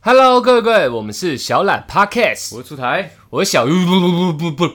Hello，各位各位，我们是小懒 Podcast，我是出台，我是小不不不不不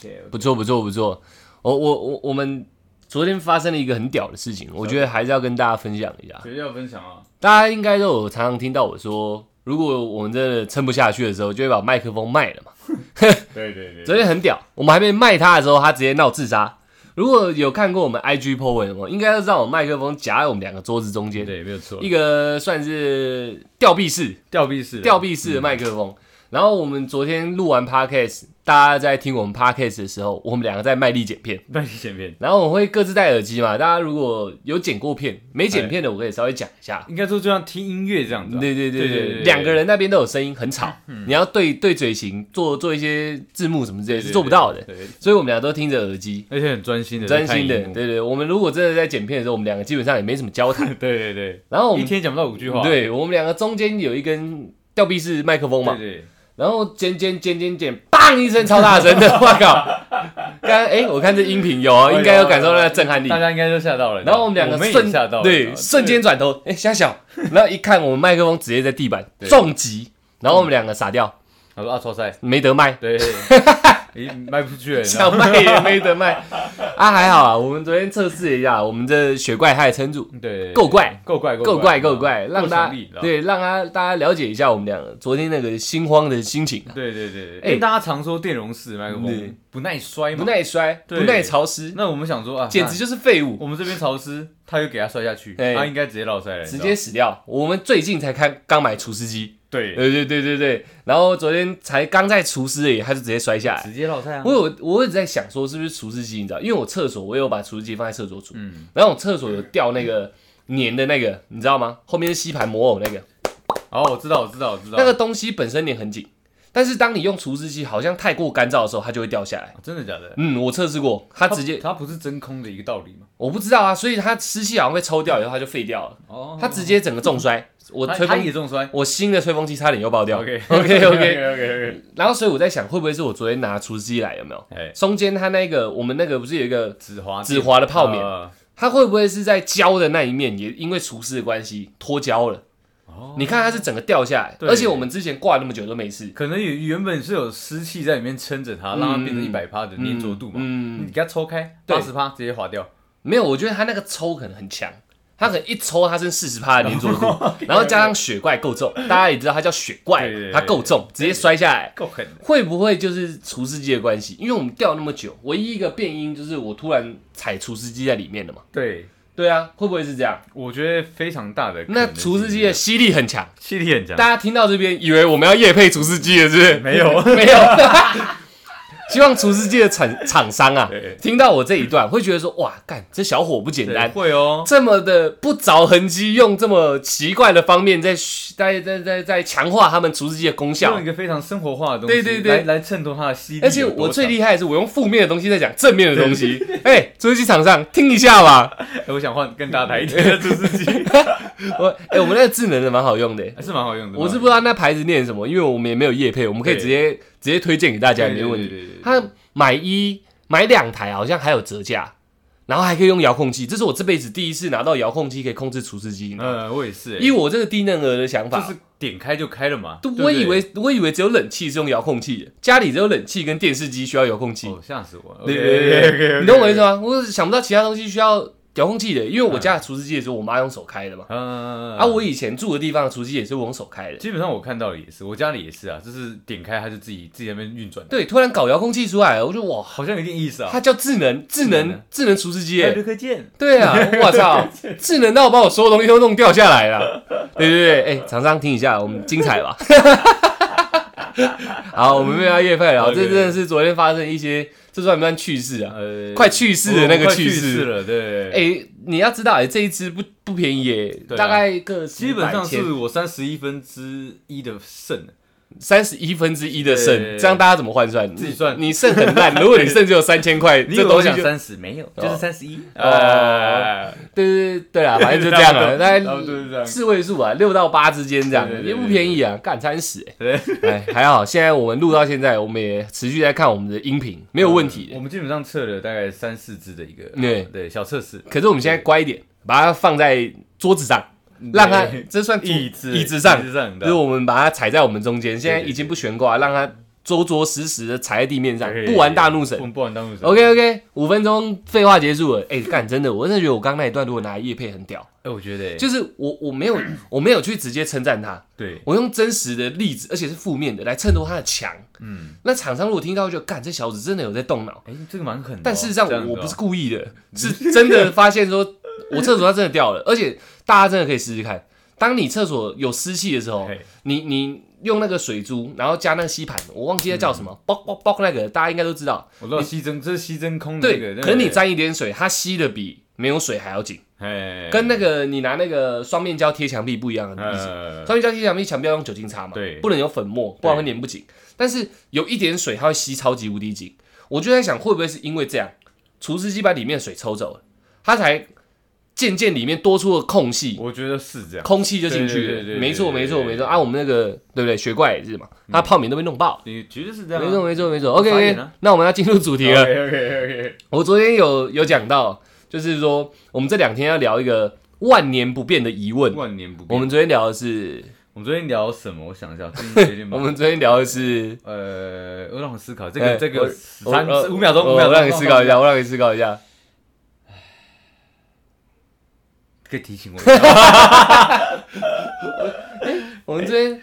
对，不错不错不错，我我我我们昨天发生了一个很屌的事情，我觉得还是要跟大家分享一下。绝对要分享啊！大家应该都有常常听到我说，如果我们真的撑不下去的时候，就会把麦克风卖了嘛。对对对，昨天很屌，我们还没卖他的时候，他直接闹自杀。如果有看过我们 IG po 文哦，应该都知道我麦克风夹在我们两个桌子中间，对没有错，一个算是吊臂式，吊臂式的吊臂式的麦克风。然后我们昨天录完 podcast，大家在听我们 podcast 的时候，我们两个在卖力剪片。麦克剪片，然后我会各自戴耳机嘛，大家如果有剪过片，没剪片的我可以稍微讲一下。嗯应该说就像听音乐这样子啊。对对对哎对对，两个人那边都有声音，很吵，你要对对嘴型做做一些字幕什么之类对是对做不到的。对，所以我们俩都听着耳机，而且很专心的，专心在的。看荧幕对对，我们如果真的在剪片的时候，我们两个基本上也没什么交谈。对对对，然后我一们天讲不到五句话。对我们两个中间有一根吊臂式麦克风嘛对，对，然后剪剪剪剪剪，砰一声超大声的，我靠！刚刚哎，我看这音频有啊，应该有感受到那震撼力大。家应该都吓到了。然后我们两个也瞬吓到了，对瞬间转头，哎，瞎小，然后一看我们麦克风直接在地板对重击，然后我们两个傻掉，他说啊，超赛，没得卖， 对，咦，卖不出去了，你知道想吗卖也没得卖。 啊，还好啊，我们昨天测试了一下，我们这雪怪害撑住，对对，对够怪，够怪，够怪够怪，让大够成立家了对让大家大家了解一下我们两个昨天那个心慌的心情啊，对对对，哎对因为大家常说电容式麦克对风不耐摔嘛，不耐摔，不对耐潮湿，那我们想说啊，简直就是废物。我们这边潮湿，他又给他摔下去，对他应该直接落塞了，你知直道接死掉。我们最近才看刚买厨师机，对，对对对对对，然后昨天才刚在厨师里，他就直接摔下来。直接落塞啊我。有我一直在想说是不是厨师机，你知道，因为我厕所我有把厨师机放在厕所煮，嗯，然后我厕所有掉那个粘的那个，你知道吗？后面是吸盘磨偶那个，哦，我知道，我知道，我知道，那个东西本身粘很紧，但是当你用厨师机好像太过干燥的时候，它就会掉下来。哦真的假的？嗯，我测试过，它直接它不是真空的一个道理吗？我不知道啊，所以它湿气好像会抽掉，以后它就废掉了，哦它直接整个重摔。我吹它它风也，这种摔。我新的吹风机差点又爆掉。 OK OK OK，OK 然后所以我在想，会不会是我昨天拿厨师机来有没有？哎，中间它那个我们那个不是有一个紫滑紫滑的泡棉，呃它会不会是在胶的那一面也因为厨师的关系脱胶了？哦，你看它是整个掉下来，对而且我们之前挂那么久都没事，可能原原本是有湿气在里面撑着它，让它变成一百趴的粘着度嘛。嗯，你给它抽开，对八十趴直接滑掉，没有，我觉得它那个抽可能很强。它可能一抽，它是四十趴的粘着 度，然后加上雪怪够重，大家也知道它叫雪怪哦对对，对它够重，直接摔下来。够狠的。会不会就是厨师机的关系？因为我们掉那么久，唯一一个变因就是我突然踩厨师机在里面了嘛。对，对啊，会不会是这样？我觉得非常大的可能那性。厨师机的吸力很强，气力很强，大家听到这边以为我们要夜配厨师机了，是不是？ 没有没有。 希望厨师机的厂厂商啊对，听到我这一段会觉得说，哇，干这小伙不简对单，会哦。这么的不着痕迹，用这么奇怪的方面在在在在在强化他们厨师机的功效用一。个非常生活化的东对西，对对来来衬托它的吸力而有多且强。我最厉害的是，我用负面的东西在讲正面的东西。 哎，厨师机厂商听一下 吧，哎，我想换更大台一 点的厨师机， 我哎，我们那个智能的蛮好用的、还是蛮好用的。我是不 知道那牌子念什么，因为我们也没有业配，我们可以对直接直接推荐给大家，也没问对对对对题对。他买一买两台好像还有折价，然后还可以用遥控器，这是我这辈子第一次拿到遥控器可以控制厨师机。嗯，我也是、欸，以我这个低能儿的想就法，是点开就开了嘛。都对不我对以为我以为只有冷气是用遥控器的，家里只有冷气跟电视机需要遥控器。哦，吓死 我了。对对对对，你嗯懂我意思吗？吗？我想不到其他东西需要遥控器的，因为我家的厨师机也是我妈用手开的嘛。嗯啊，我以前住的地方的厨师机也是我用手开的。基本上我看到的也是，我家里也是啊，就是点开它就自己自己在那边运转，对，突然搞遥控器出来了，我就哇，好像有点意思啊。它叫智能嗯智能能智能厨师机还有耶，六颗键，对啊，我操，智能到把我所有东西都弄掉下来 了，对对对，哎、厂商听一下，我们精彩 吧。好，我们没有要夜配了， OK 这真的是昨天发生一些，这算不算趣事啊？呃，快去世的那我个快去去世世了，对。哎、你要知道，哎，这一只不不便宜耶，对啊大概个基本上10是我三十一分之一的胜，三十一分之一的对对剩，对这样大家怎么换算？自己算你剩很烂，如果你剩只有三千块， 你以这为我东西讲就三十没有，就是三十一。哦对对对对啦，反正就这样了，大 差概不多差不多是这样四位数吧，六到八之间这样对，对对也不对便宜啊，干三十对哎，哎还好，现在我们录到现在，我们也持续在看我们的音频，没有问题我的。们基本上测了大概三四支的一个对对小测试，可是我们现在乖一点，把它放在桌子上，让它对这算椅子椅子上椅，子上就是的，我们把它踩在我们中间，现在对对已经不悬挂，让它着着实实的踩在地面上对，不玩大怒神不。不玩大怒神。 OK OK，五分钟废话结束了。哎、干，真的，我真的觉得我刚那一段如果拿来叶配很屌，哎，我觉得就是我我没有 我没有去直接称赞他，对，我用真实的例子，而且是负面的来衬托他的强。嗯，那厂商如果听到就干，这小子真的有在动脑，哎，这个蛮狠的哦。但事实上这样子我哦我不是故意 的，是真的发现说 我厕所它真的掉了，而且大家真的可以试试看，当你厕所有湿气的时候嘿，你你用那个水珠，然后加那个吸盘，我忘记它叫什嗯么，爆爆爆那个，大家应该都知道，我知道吸真，这是吸真空的嗯那对，个。可是你沾一点水，它吸的比没有水还要紧，哎，跟那个你拿那个双面胶贴墙壁不一样啊的意思。呃，双面胶贴墙壁，墙壁要用酒精擦嘛，对不能有粉末，不然会粘不紧。但是有一点水，它会吸超级无敌紧。我就在想，会不会是因为这样，除湿机把里面的水抽走了，它才渐渐里面多出了空隙，我觉得是这样。空气就进去了。对对对对对没错，对没对错，对没错啊！我们那个对不对？雪怪也是嘛，它泡棉都被弄爆。你绝对是这样啊。没错，没错，没错。OK，, 傻 OK，眼啊那我们要进入主题了。 OK OK OK。我昨天有有讲到，就是说我们这两天要聊一个万年不变的疑问。万年不变。我们昨天聊的是，我们昨天聊什么？我想一下，最近有点我忙。们昨天聊的是，呃，我让我思考这哎个这我个三我五秒钟，我五呃哦秒我钟，让你思考一下，我让你思考一下。可以提醒我一下。我们昨天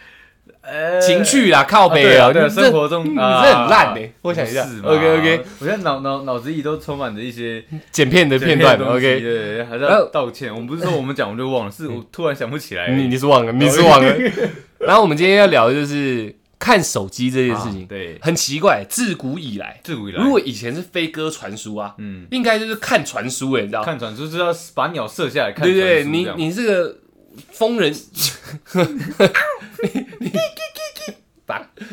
呃情趣啦，靠啊北对啊，哎啊，对啊，你这生活中你你这很烂欸我想一下 OK，OK 我现在脑脑脑子里都充满着一些剪片的片段，OK。对，还是然后要道歉。我们不是说我们讲我就忘了，是我突然想不起来。哎你你是忘了，你是忘 了。 然后我们今天要聊的就是看手机这件啊事情，对，很奇怪，自古以来，自古以来如，果以前是飞鸽传书啊，嗯，应该就是看传书，哎，你知道？看传说就是要把鸟射下来看对传书这对，样。你你这个疯 人，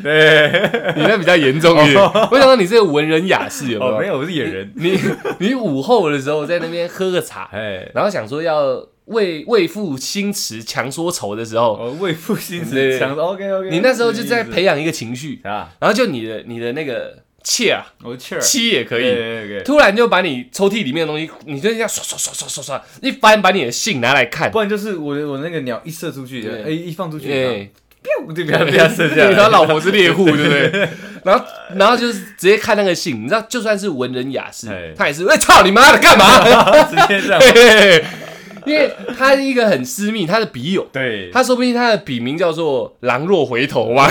对，你那比较严重一点。我想说你这个文人雅士有没哦，有？没有，我是野人。你 你午后的时候在那边喝个茶，哎，然后想说要为为赋新词强说愁的时候，哦，为赋新对词强哦说。OK OK，你那时候就在培养一个情绪，啊，然后就你的你的那个切啊我气儿，七也可以。以，突然就把你抽屉里面的东西，你就这样刷刷刷刷刷刷一翻，把你的信拿来看，不然就是我的我那个鸟一射出去，对哎，一放出去，对，然后就被它被它射 下来。他老婆是猎户，对不对？ 然后，然后就是直接看那个信，你知道，就算是文人雅士哎，他也是，哎、操你妈的，干嘛？ 直接这样。嘿嘿嘿因为他是一个很私密，他的笔友，对，他说不定他的笔名叫做“狼若回头”嘛，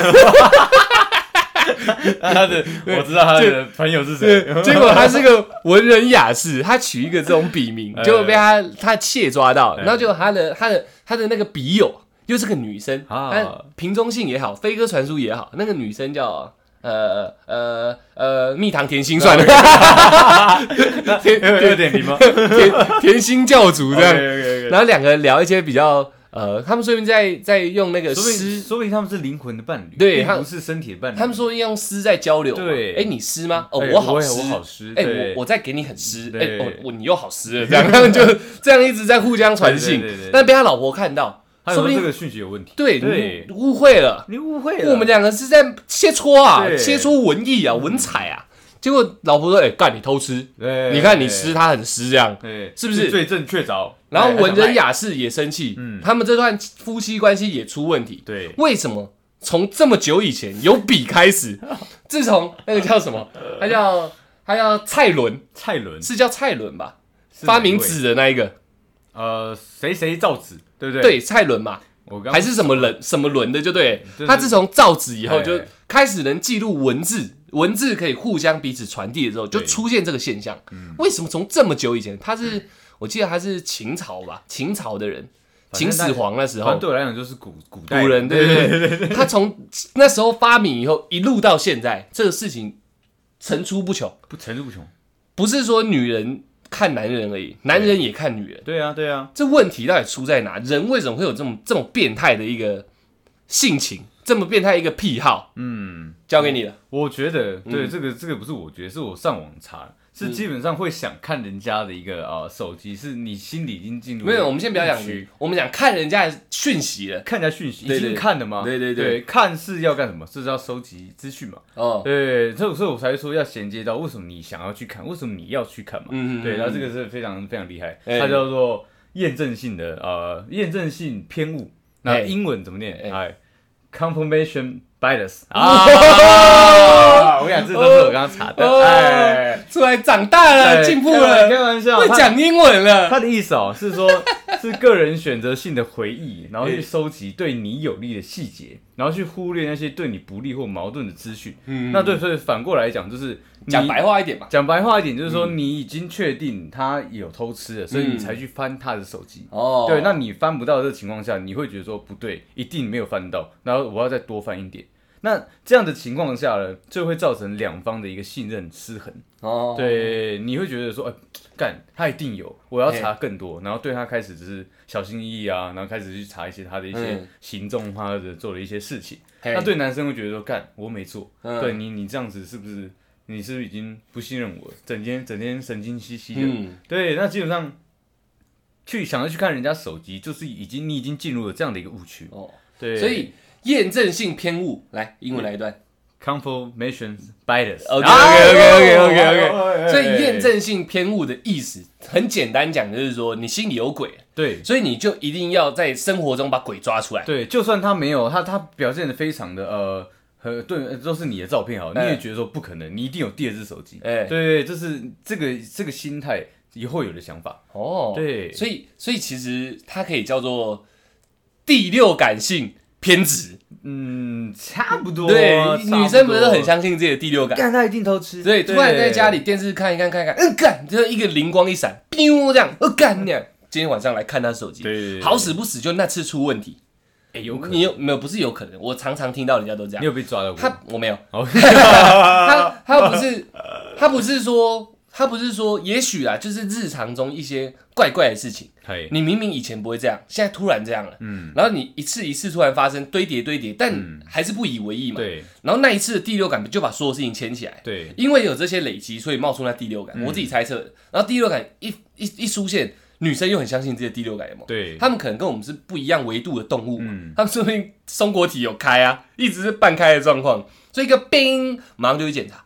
他的我知道他的朋友是谁，结果他是个文人雅士，他取一个这种笔名，哎结果被他他妾抓到，哎然后结果他的他的他的那个笔友又是个女生，啊她瓶中信也好，飞鸽传书也好，那个女生叫呃呃呃蜜糖甜心算了， 甜有有甜点礼 貌。甜甜心教主这样，样，然后两个人聊一些比较呃，他们说明在在用那个说不定诗，说不定他们是灵魂的伴侣，对并他不是身体的伴侣。他们说用诗在交流嘛，对哎你诗吗？哦哎我好我也诗，我好诗，哎、对我我再给你很湿，哎、对哦，我你又好湿了，这样他 们就这样一直在互相传信对对对对，但被他老婆看到，他说不说这定个讯息有问题，对对你误会了，你误会了，我们两个是在切磋啊，对嗯切磋文艺啊，文采啊。结果老婆说：“哎、干你偷吃，对，你看你湿，他很湿这样。对，是不是罪证确凿？”然后哎文人，他想赖雅士也生气，嗯他们这段夫妻关系也出问题。对，为什么从这么久以前有笔开始，自从那个叫什么，他叫他叫蔡伦，蔡伦是叫蔡伦吧？是哪发一位明，纸的那一个，呃，谁谁造纸，对不对？，对蔡伦嘛，我刚还是什么人什么伦的，就对就。是他自从造纸以后，哎就开始能记录文字，文字可以互相彼此传递的时候，就对嗯出现这个现象。为什么从这么久以前，他是我记得他是秦朝吧，秦朝的人，反秦正始皇那时反候正，对我来讲就是古古代古人对对对对，他从那时候发明以后，一路到现在，这个事情层出不穷，不层出不穷，不是说女人看男人而已，男人也看女人。对啊，对啊，这问题到底出在哪？人为什么会有这么这么变态的一个性情，这么变态一个癖好？嗯。交给你了。我觉得，嗯对、这个这个不是我觉得，是我上网查的，是基本上会想看人家的一个呃手机，是你心里已经进入没有，我们先不要讲误区，我们讲看人家的讯息了。看人家讯息，对已对经看了吗？对对对对看是要干什么？是要收集资讯嘛？哦，对，所以所以我才说要衔接到为什么你想要去看，为什么你要去看嘛？嗯嗯嗯对，然后这个是非常非常厉害，哎它叫做验证性的呃验证性偏误。那哎英文怎么念？哎哦哎，confirmation bias 啊！我想这都是我刚刚查的。哎，哦，出来长大了，哎进步开玩开了，玩笑，会他讲英文了。他的意思哦，是说，是个人选择性的回忆，然后去收集对你有利的细节，然后去忽略那些对你不利或矛盾的资讯。嗯那对，所以反过来讲，就是你讲白话一点吧。讲白话一点，就是说你已经确定他有偷吃了，所以你才去翻他的手机。哦，对，那你翻不到的情况下，你会觉得说不对，一定没有翻到，然后我要再多翻一点。那这样的情况下呢，就会造成两方的一个信任失衡。哦，对，你会觉得说，哎、干，他一定有，我要查更多，然后对他开始只是小心翼翼啊，然后开始去查一些他的一些嗯行踪，他的做的一些事情。嘿，那对男生会觉得说，干，我没做，嗯对你，你这样子是不是，你是不是已经不信任我了，整天整天神经兮兮的？嗯，对，那基本上去想要去看人家手机，就是已经你已经进入了这样的一个误区。哦，对，所以验证性偏误，来英文来一段。 confirmation bias。啊 OK，OK，OK，OK，OK 哎所以验证性偏误的意思很简单讲，就是说你心里有鬼，对所以你就一定要在生活中把鬼抓出来。对，就算他没有，他他表现的非常的呃。和对，呃都是你的照片好，你哎也觉得说不可能，你一定有第二只手机。哎对，这是这个这个心态以后有的想法。哦，对所以所以其实它可以叫做第六感性偏执。嗯，差不多。对差，不多女生不是都很。相信自己的第六感？干他一定偷吃。对，突然在家里电视看一看看一看，嗯干，就一个灵光一闪，biu 这样，呃干那样。今天晚上来看他手机，对好死不死就那次出问题，哎，有可能你有没有？不是有可能，我常常听到人家都这样你。有被抓到过？他我没有，哦 他他不是他不是说他不是说，也许啊，就是日常中一些怪怪的事情，嘿你明明以前不会这样，现在突然这样了，嗯，然后你一次一次突然发生堆叠堆叠，但还是不以为意嘛，，嗯对然后那一次的第六感就把所有事情牵起来，对因为有这些累积，所以冒出那第六感，嗯我自己猜测的，然后第六感一一一出现，女生又很相信自己的第六感，有没有？对，嗯他们可能跟我们是不一样维度的动物嘛，他们说不定松果体有开啊，一直是半开的状况，所以一个冰马上就去检查，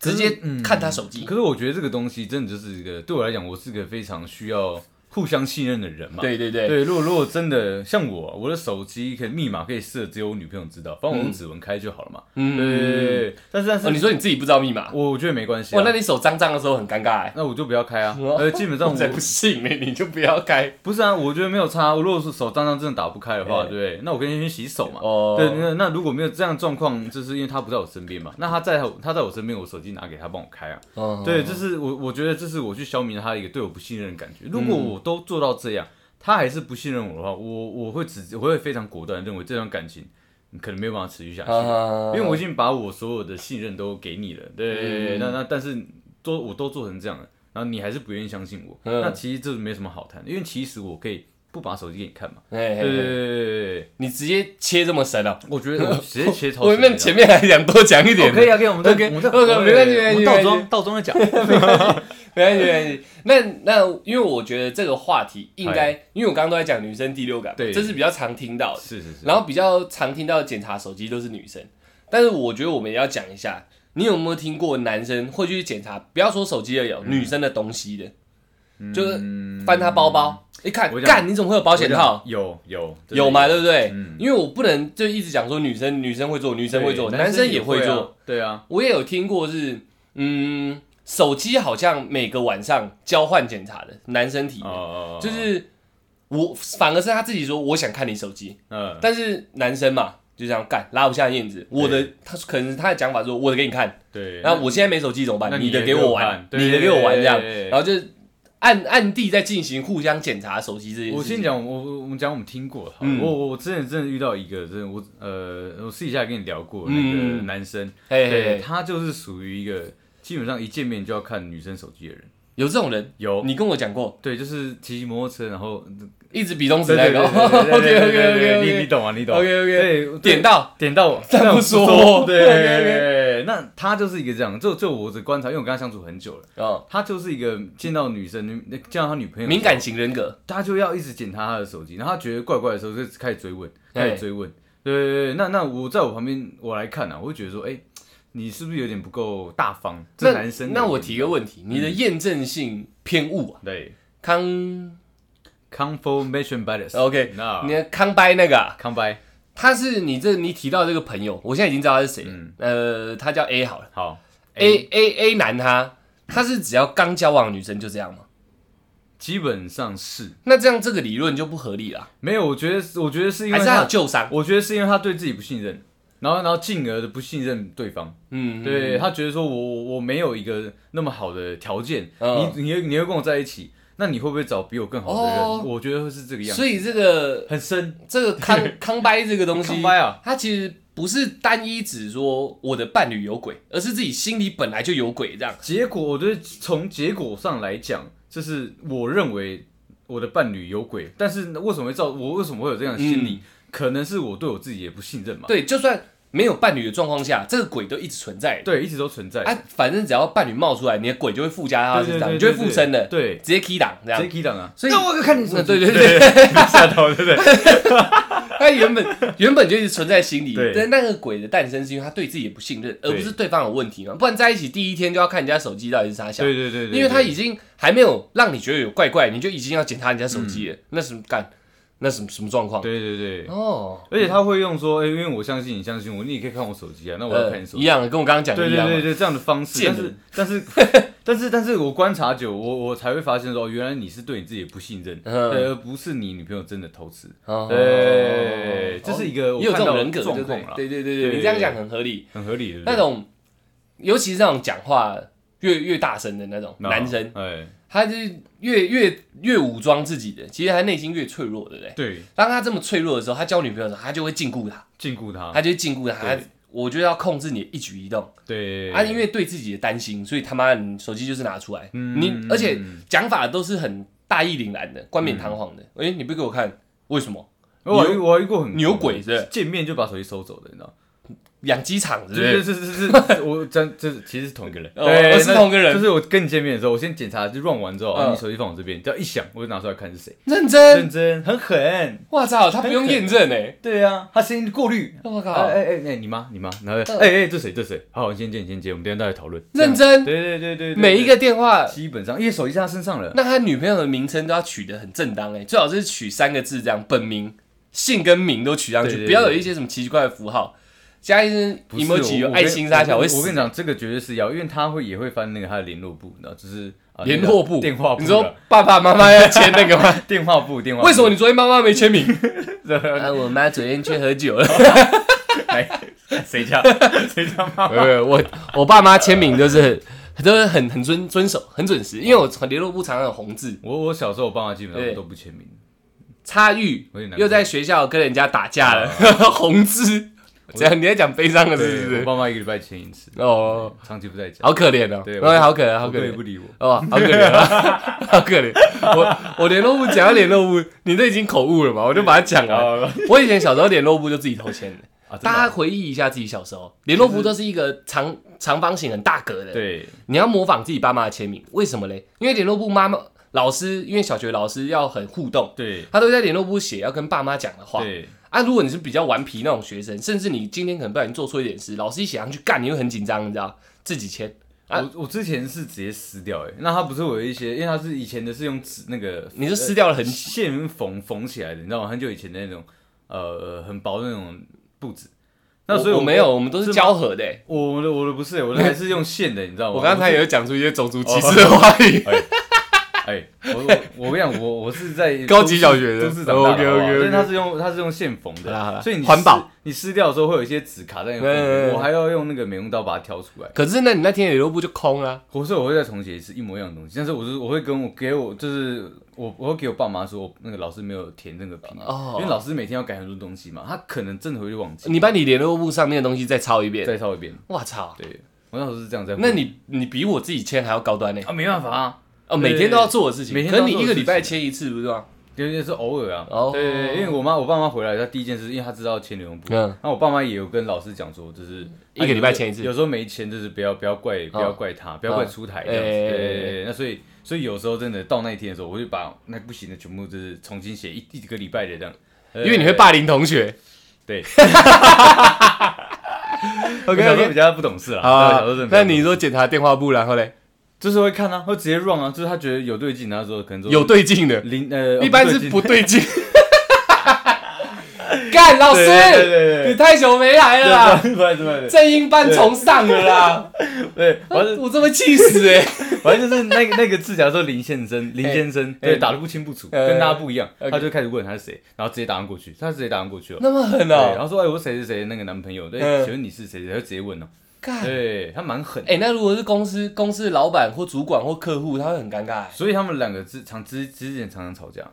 可直是嗯接看他手机。可是我觉得这个东西真的就是一个，对我来讲，我是个非常需要互相信任的人嘛。对对对，对，如果如果真的像我，我的手机可以密码可以设只有我女朋友知道，反正我用指纹开就好了嘛。对对嗯，对对，但是但是、哦，你说你自己不知道密码，我我觉得没关系、啊哇，，那你手脏脏的时候很尴尬哎。那我就不要开啊。哦呃，基本上 我我才不信呢，你就不要开不是啊，我觉得没有差。如果是手脏脏真的打不开的话，哎对，那我可以先去洗手嘛。哦 对，那那如果没有这样的状况，就是因为他不在我身边嘛。那他在他在我身边，我手机拿给他帮我开啊。哦对，这是我我觉得这是我去消弭他一个对我不信任的感觉。如果嗯我都做到这样，他还是不信任我的话，我我会只我会非常果断地认为这段感情嗯可能没有办法持续下去，啊因为我已经把我所有的信任都给你了。对，嗯那那但是都我都做成这样了，然后你还是不愿意相信我，嗯那其实这没什么好谈的，因为其实我可以不把手机给你看嘛。哎，对嘿对嘿对对对，你直接切这么深啊？我觉得我直接 切头。我们前面还想多讲一哦点，可以啊，可以，我们 再 OK，我们再 OK，没关系没关系我们没关倒系装倒装再讲。没关系，没关系。那那，因为我觉得这个话题应该，因为我刚刚都在讲女生第六感嘛，对这 是比较常听到的。是是是，然后比较常听到检查手机都是女生，但是我觉得我们也要讲一下，你有没有听过男生会去检查，不要说手机的有、女生的东西的，就是翻她包包，一看我，想干，你怎么会有保险套？有有有嘛，对不对？嗯因为我不能就一直讲说女生女生会做，女生会做，男生也会做。，对啊，我也有听过是，嗯，手机好像每个晚上交换检查的男生体，哦就是我反而是他自己说我想看你手机，嗯，但是男生嘛就这样干拉不下面子，我的他可能他的讲法说我的给你看，对，然后我现在没手机怎么那办？你的也给给我我玩看，对你的给我玩这样对对，对然后就是暗暗地在进行互相检查手机这件我事先情。讲，我我我们讲我们听过的好了，嗯我我我之前真的遇到一个，真的我呃，我私底下跟你聊过那个嗯男生，嘿嘿对嘿，他就是属于一个基本上一见面就要看女生手机的人，有这种人，有你跟我讲过，对，就是骑摩托车，然后一直比中指那对对个。对 OK 对 OK 对对 OK 对对 OK 对，你 OK 你懂啊，你懂 OK，对，点到。到点到但不说对，那他就是一个这样，就就我的观察，因为我跟他相处很久了，哦，他就是一个见到女生、女见到他女朋友敏感，型人格，他就要一直检查他的手机，然后他觉得怪怪的时候就开始追问，开始追问，对对对，那那我在我旁边我来看啊，我会觉得说，哎，你是不是有点不够大方？这男生嗯那我提个问题，你的验证性偏误啊对康 confirmation bias。 OK，那你的康掰那个、啊，康拜他是你这你提到这个朋友，我现在已经知道他是谁了。嗯呃，他叫 A 好了好， ，A A A 男他，他是只要刚交往的女生就这样吗？基本上是那这样这个理论就不合理啦，没有。我觉得，我觉得是因还为是他他有，旧伤？ 我觉得是因为他对自己不信任，然后然后进而的不信任对方。嗯，对他觉得说我我我没有一个那么好的条件，嗯你你会你会跟我在一起，那你会不会找比我更好的人？哦我觉得会是这个样子，所以这个很深。这个康 康掰这个东西，康掰啊它其实不是单一指说我的伴侣有鬼，而是自己心里本来就有鬼这样。结果我觉得从结果上来讲，就是我认为我的伴侣有鬼，但是为什么会造我为什么会有这样的心嗯理？可能是我对我自己也不信任嘛。对，就算没有伴侣的状况下，这个鬼都一直存在。对，一直都存在。啊，反正只要伴侣冒出来，你的鬼就会附加他对身对上，对，你就会附身的，对，直接 key 档这直样接。key 档啊。所以那我看你手机对对对， 吓到对不对？他原本原本就一直存在心里，对但那个鬼的诞生是因为他对自己也不信任，而对不是对方有问题嘛？不然在一起第一天就要看人家手机到底是啥想， 对对对对，因为他已经还没有让你觉得有怪怪，你就已经要检查人家手机了，那什么干？那什么什么状况？嗯对对对。哦，而且他会用说，哎、因为我相信你相信我，你也可以看我手机啊，那我要看你手呃一机。样的，跟我刚刚讲的对一对样啊对嘛。对，这样的方式，贱但人是 但是但是但是我观察久，我我才会发现说，哦，原来你是对你自己的不信任，嗯对，而不是你女朋友真的偷吃。哦对，这是一个我也有这看到种的人格，对状不况对啦，对对对对对嗯对，你这样讲很合理。很合理的那种，尤其是那种讲话越越大声的那种男生，，对哎，他就是越越越武装自己的，其实他内心越脆弱，对不对？对，当他这么脆弱的时候，他交女朋友的时候，他就会禁锢她，禁锢他，他就会禁锢她。哦对他我觉得要控制你的一举一动，对啊，因为对自己的担心，所以他妈你手机就是拿出来，嗯你而且讲法都是很大义凛然的，冠冕堂皇的。嗯诶，你不给我看，为什么？我还遇我还遇过很你有鬼是不是见面就把手机收走的，你知道吗？养鸡场是不对是？对对对对，我真这其实是同一个人，哦对哦是那同一个人就是我跟你见面的时候，我先检查就 run 完之后，嗯啊，你手机放我这边，只要一响，我就拿出来看是谁，认真，认真，很狠，我操，他不用验证哎，对啊，他声音过滤。我靠哎，哎哎哎，你妈你妈，然后哎哎，这谁这谁？好，你先见你先见，我们等一下再来讨论。这呃样认真对对对对，对每一个电话，基本上，因为手机在他身上了。那他女朋友的名称都要取得很正当哎，最好是取三个字这样，本名、姓跟名都取上对去，对对不要有一些什么奇奇怪的符号，加一些不是 emoji 有我爱心啥小我会跟我跟死你讲，这个绝对是要，因为他会也会翻那个他的联络簿，你知道，就是呃联那个络簿、电话簿啦。你说爸爸妈妈要签那个 吗？电话簿，电话簿为什么 你昨天妈妈没签名？对啊，我妈昨天去喝酒 了。谁家谁家妈妈？呃，我我爸妈签名就是都是很很遵遵守，很准时，因为我联络部常常有红字。我我小时候，我爸妈基本对上都不签名，差玉我也难过哦又在学校跟人家打架了， 红字。怎样？你在讲悲伤的事是不我是？爸妈一个礼拜签一次，哦，长期不在家，好可怜哦，对哎好可怜，好我可哥也不怜。理我。哦，好可怜， 好可怜！我我联络部讲到联络部，你都已经口误了嘛，我就把它讲了。啊我以前小时候联络部就自己偷签的，啊，真的大家啊回忆一下自己小时候，联络簿都是一个长长方形很大格的，，对你要模仿自己爸妈的签名，为什么嘞？因为联络簿妈妈老师，因为小学老师要很互动，对他都会在联络簿写要跟爸妈讲的话。对，啊，如果你是比较顽皮那种学生，甚至你今天可能不小心做错一点事，老师一写上去干，你会很紧张，你知道？自己签，啊我我之前是直接撕掉哎，那他不是有一些，因为他是以前的是用纸那个你就撕掉了很很线缝缝起来的，你知道吗？很久以前的那种，呃，很薄的那种布子。那所以我我没有，，我们都是是吗交合的、欸。我我的我的不是，我的还是用线的，你知道吗？ 我刚才是也有讲出一些种族歧视的话语。哎，我我我跟你讲，我我是在 高级小学的都市长大的， OK，OK，OK 好不好但是它是用它是用线缝好啦好啦的，所以你环保撕你撕掉的时候会有一些纸卡在那嗯嗯个缝嗯里，我还要用那个美工刀把它挑出来。 可是那你那天联络簿就空啊了、我说我会再重写一次一模一样的东西，但是我是我会跟我给我就是我我会给我爸妈说，那个老师没有填那个题，哦嗯因为老师每天要改很多东西嘛，他可能真的会忘记。你把你联络簿上面的东西再抄一遍。再抄一遍，我操！对我那时候是这样在。那你你比我自己签还要高端呢、啊没办法啊，哦，对每天都要做的事情，每天可都是要你一做的事情个礼拜签一次，不是吗？因为是偶尔啊。哦对对，对因为我妈我爸妈回来，他第一件事，因为他知道签联用簿，嗯，那我爸妈也有跟老师讲说，就是一个礼拜签一次有时候没签就是不要不要怪不要怪他，不要怪出台这样子。哎哎哎对对对对那所以所以有时候真的到那一天的时候，我就把那不行的全部就是重新写一一个礼拜的这样，因为你会霸凌同学。对。 OK 小时候 OK，比较不懂事啦，好啊啊对小时候真的，比较那你说检查电话簿，然后嘞，就是会看啊，会直接 run 啊，就是他觉得有对劲，然后之后可能说有对劲的，零呃， 一般是劲不对 劲。干老对对师，对你对，太久没来了啦，对，对对正音班重上了啦，对，反正 我这么气死 哎、反正就是那个那个治疗说林先 生，林先生哎对打的不清不楚，哎跟大家不一样， OK 他就开始问他是谁，然后直接打上过去，他直接打上过去了。那么狠对，然哦、后说哎，我谁谁谁那个男朋友，对，嗯请问你是谁？他就直接问哦，干，对他蛮狠的哎、，那如果是公司公司老板或主管或客户，他会很尴尬、欸。所以他们两个之常之之前常常吵架。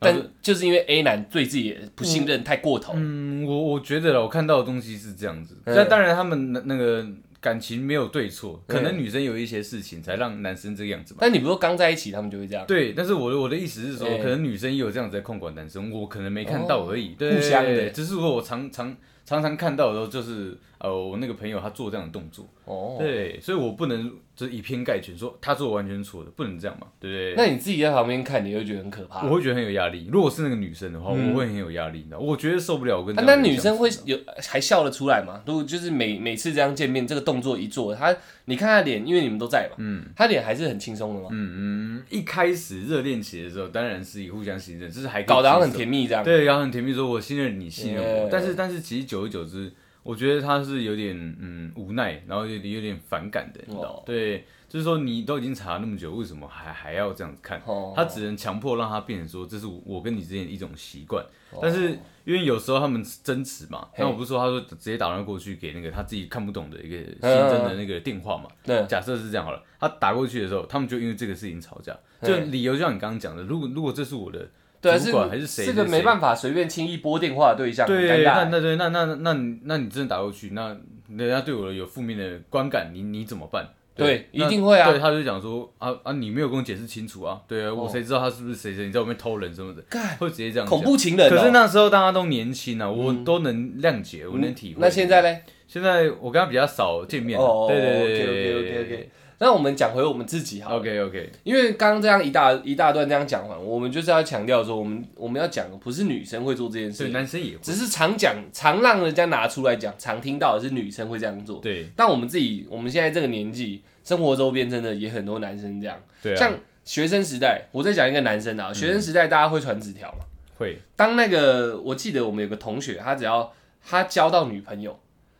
然后就但就是因为 A 男对自己也不信任太过头，嗯，我我觉得了，我看到的东西是这样子。嗯但当然，他们那那个感情没有对错，可能嗯女生有一些事情才让男生这个样子吧。但你不是说刚在一起他们就会这样，对，但是我的我的意思是说，哎可能女生也有这样子在控管男生，我可能没看到而已。对，哦互相的只是我常常常常看到的时候，就是呃，我那个朋友他做这样的动作，哦，对，所以我不能就是以偏概全说他做完全是错的，不能这样嘛，对不对？那你自己在旁边看，你会觉得很可怕。我会觉得很有压力。如果是那个女生的话，嗯我会很有压力，你知道，我觉得受不了。我跟啊这、样那的人女生相处会有还笑得出来吗？如果就是每每次这样见面，这个动作一做，她你看她脸，因为你们都在嘛，嗯，她脸还是很轻松的嘛，嗯，一开始热恋期的时候，当然是以互相信任，就是还可以搞得好像接很受甜蜜这样。对，然后很甜蜜说“我信任你，信任我”， Yeah 但是但是其实久而久之，我觉得他是有点嗯无奈，然后有点有点反感的，你知道哦对，就是说你都已经查那么久，为什么还还要这样子看？哦他只能强迫让他变成说这是我跟你之间的一种习惯，但是因为有时候他们争执嘛，哦嘿嗯那我不是说他说直接打电话过去给那个他自己看不懂的一个新增的那个电话嘛，对，啊假设是这样好了，他打过去的时候，他们就因为这个事情吵架，就理由就像你刚刚讲的，如果如果这是我的对啊，主管还是谁这个谁没办法随便轻易拨电话的对象，很尴对，那尬。那对那那那那你那你真的打过去，那人家对我有负面的观感，你你怎么办？对那一定会啊哦对，他就讲说啊啊，你没有跟我解释清楚啊，对啊，我谁知道他是不是谁谁？你在外面偷人什么的，干会直接这样讲恐。怖情人哦、嗯可是那时候大家都年轻啊，我都能谅解，我能体会。那现在嘞？现在我跟他比较少见面啊，哦对对对 o k 对哦 OK OK OK。那我们讲回我们自己好了 OK OK，因为刚刚这样一大一大段这样讲完，我们就是要强调说，我们我们要讲的不是女生会做这件所以事，男生也会只是常讲、常让人家拿出来讲、常听到的是女生会这样做。对但我们自己，我们现在这个年纪，生活周边真的也很多男生这样。对啊，嗯像学生时代，我再讲一个男生啊，学生时代大家会传纸条嘛。会当那个我记得我们有个同学，他只要他交到女朋友，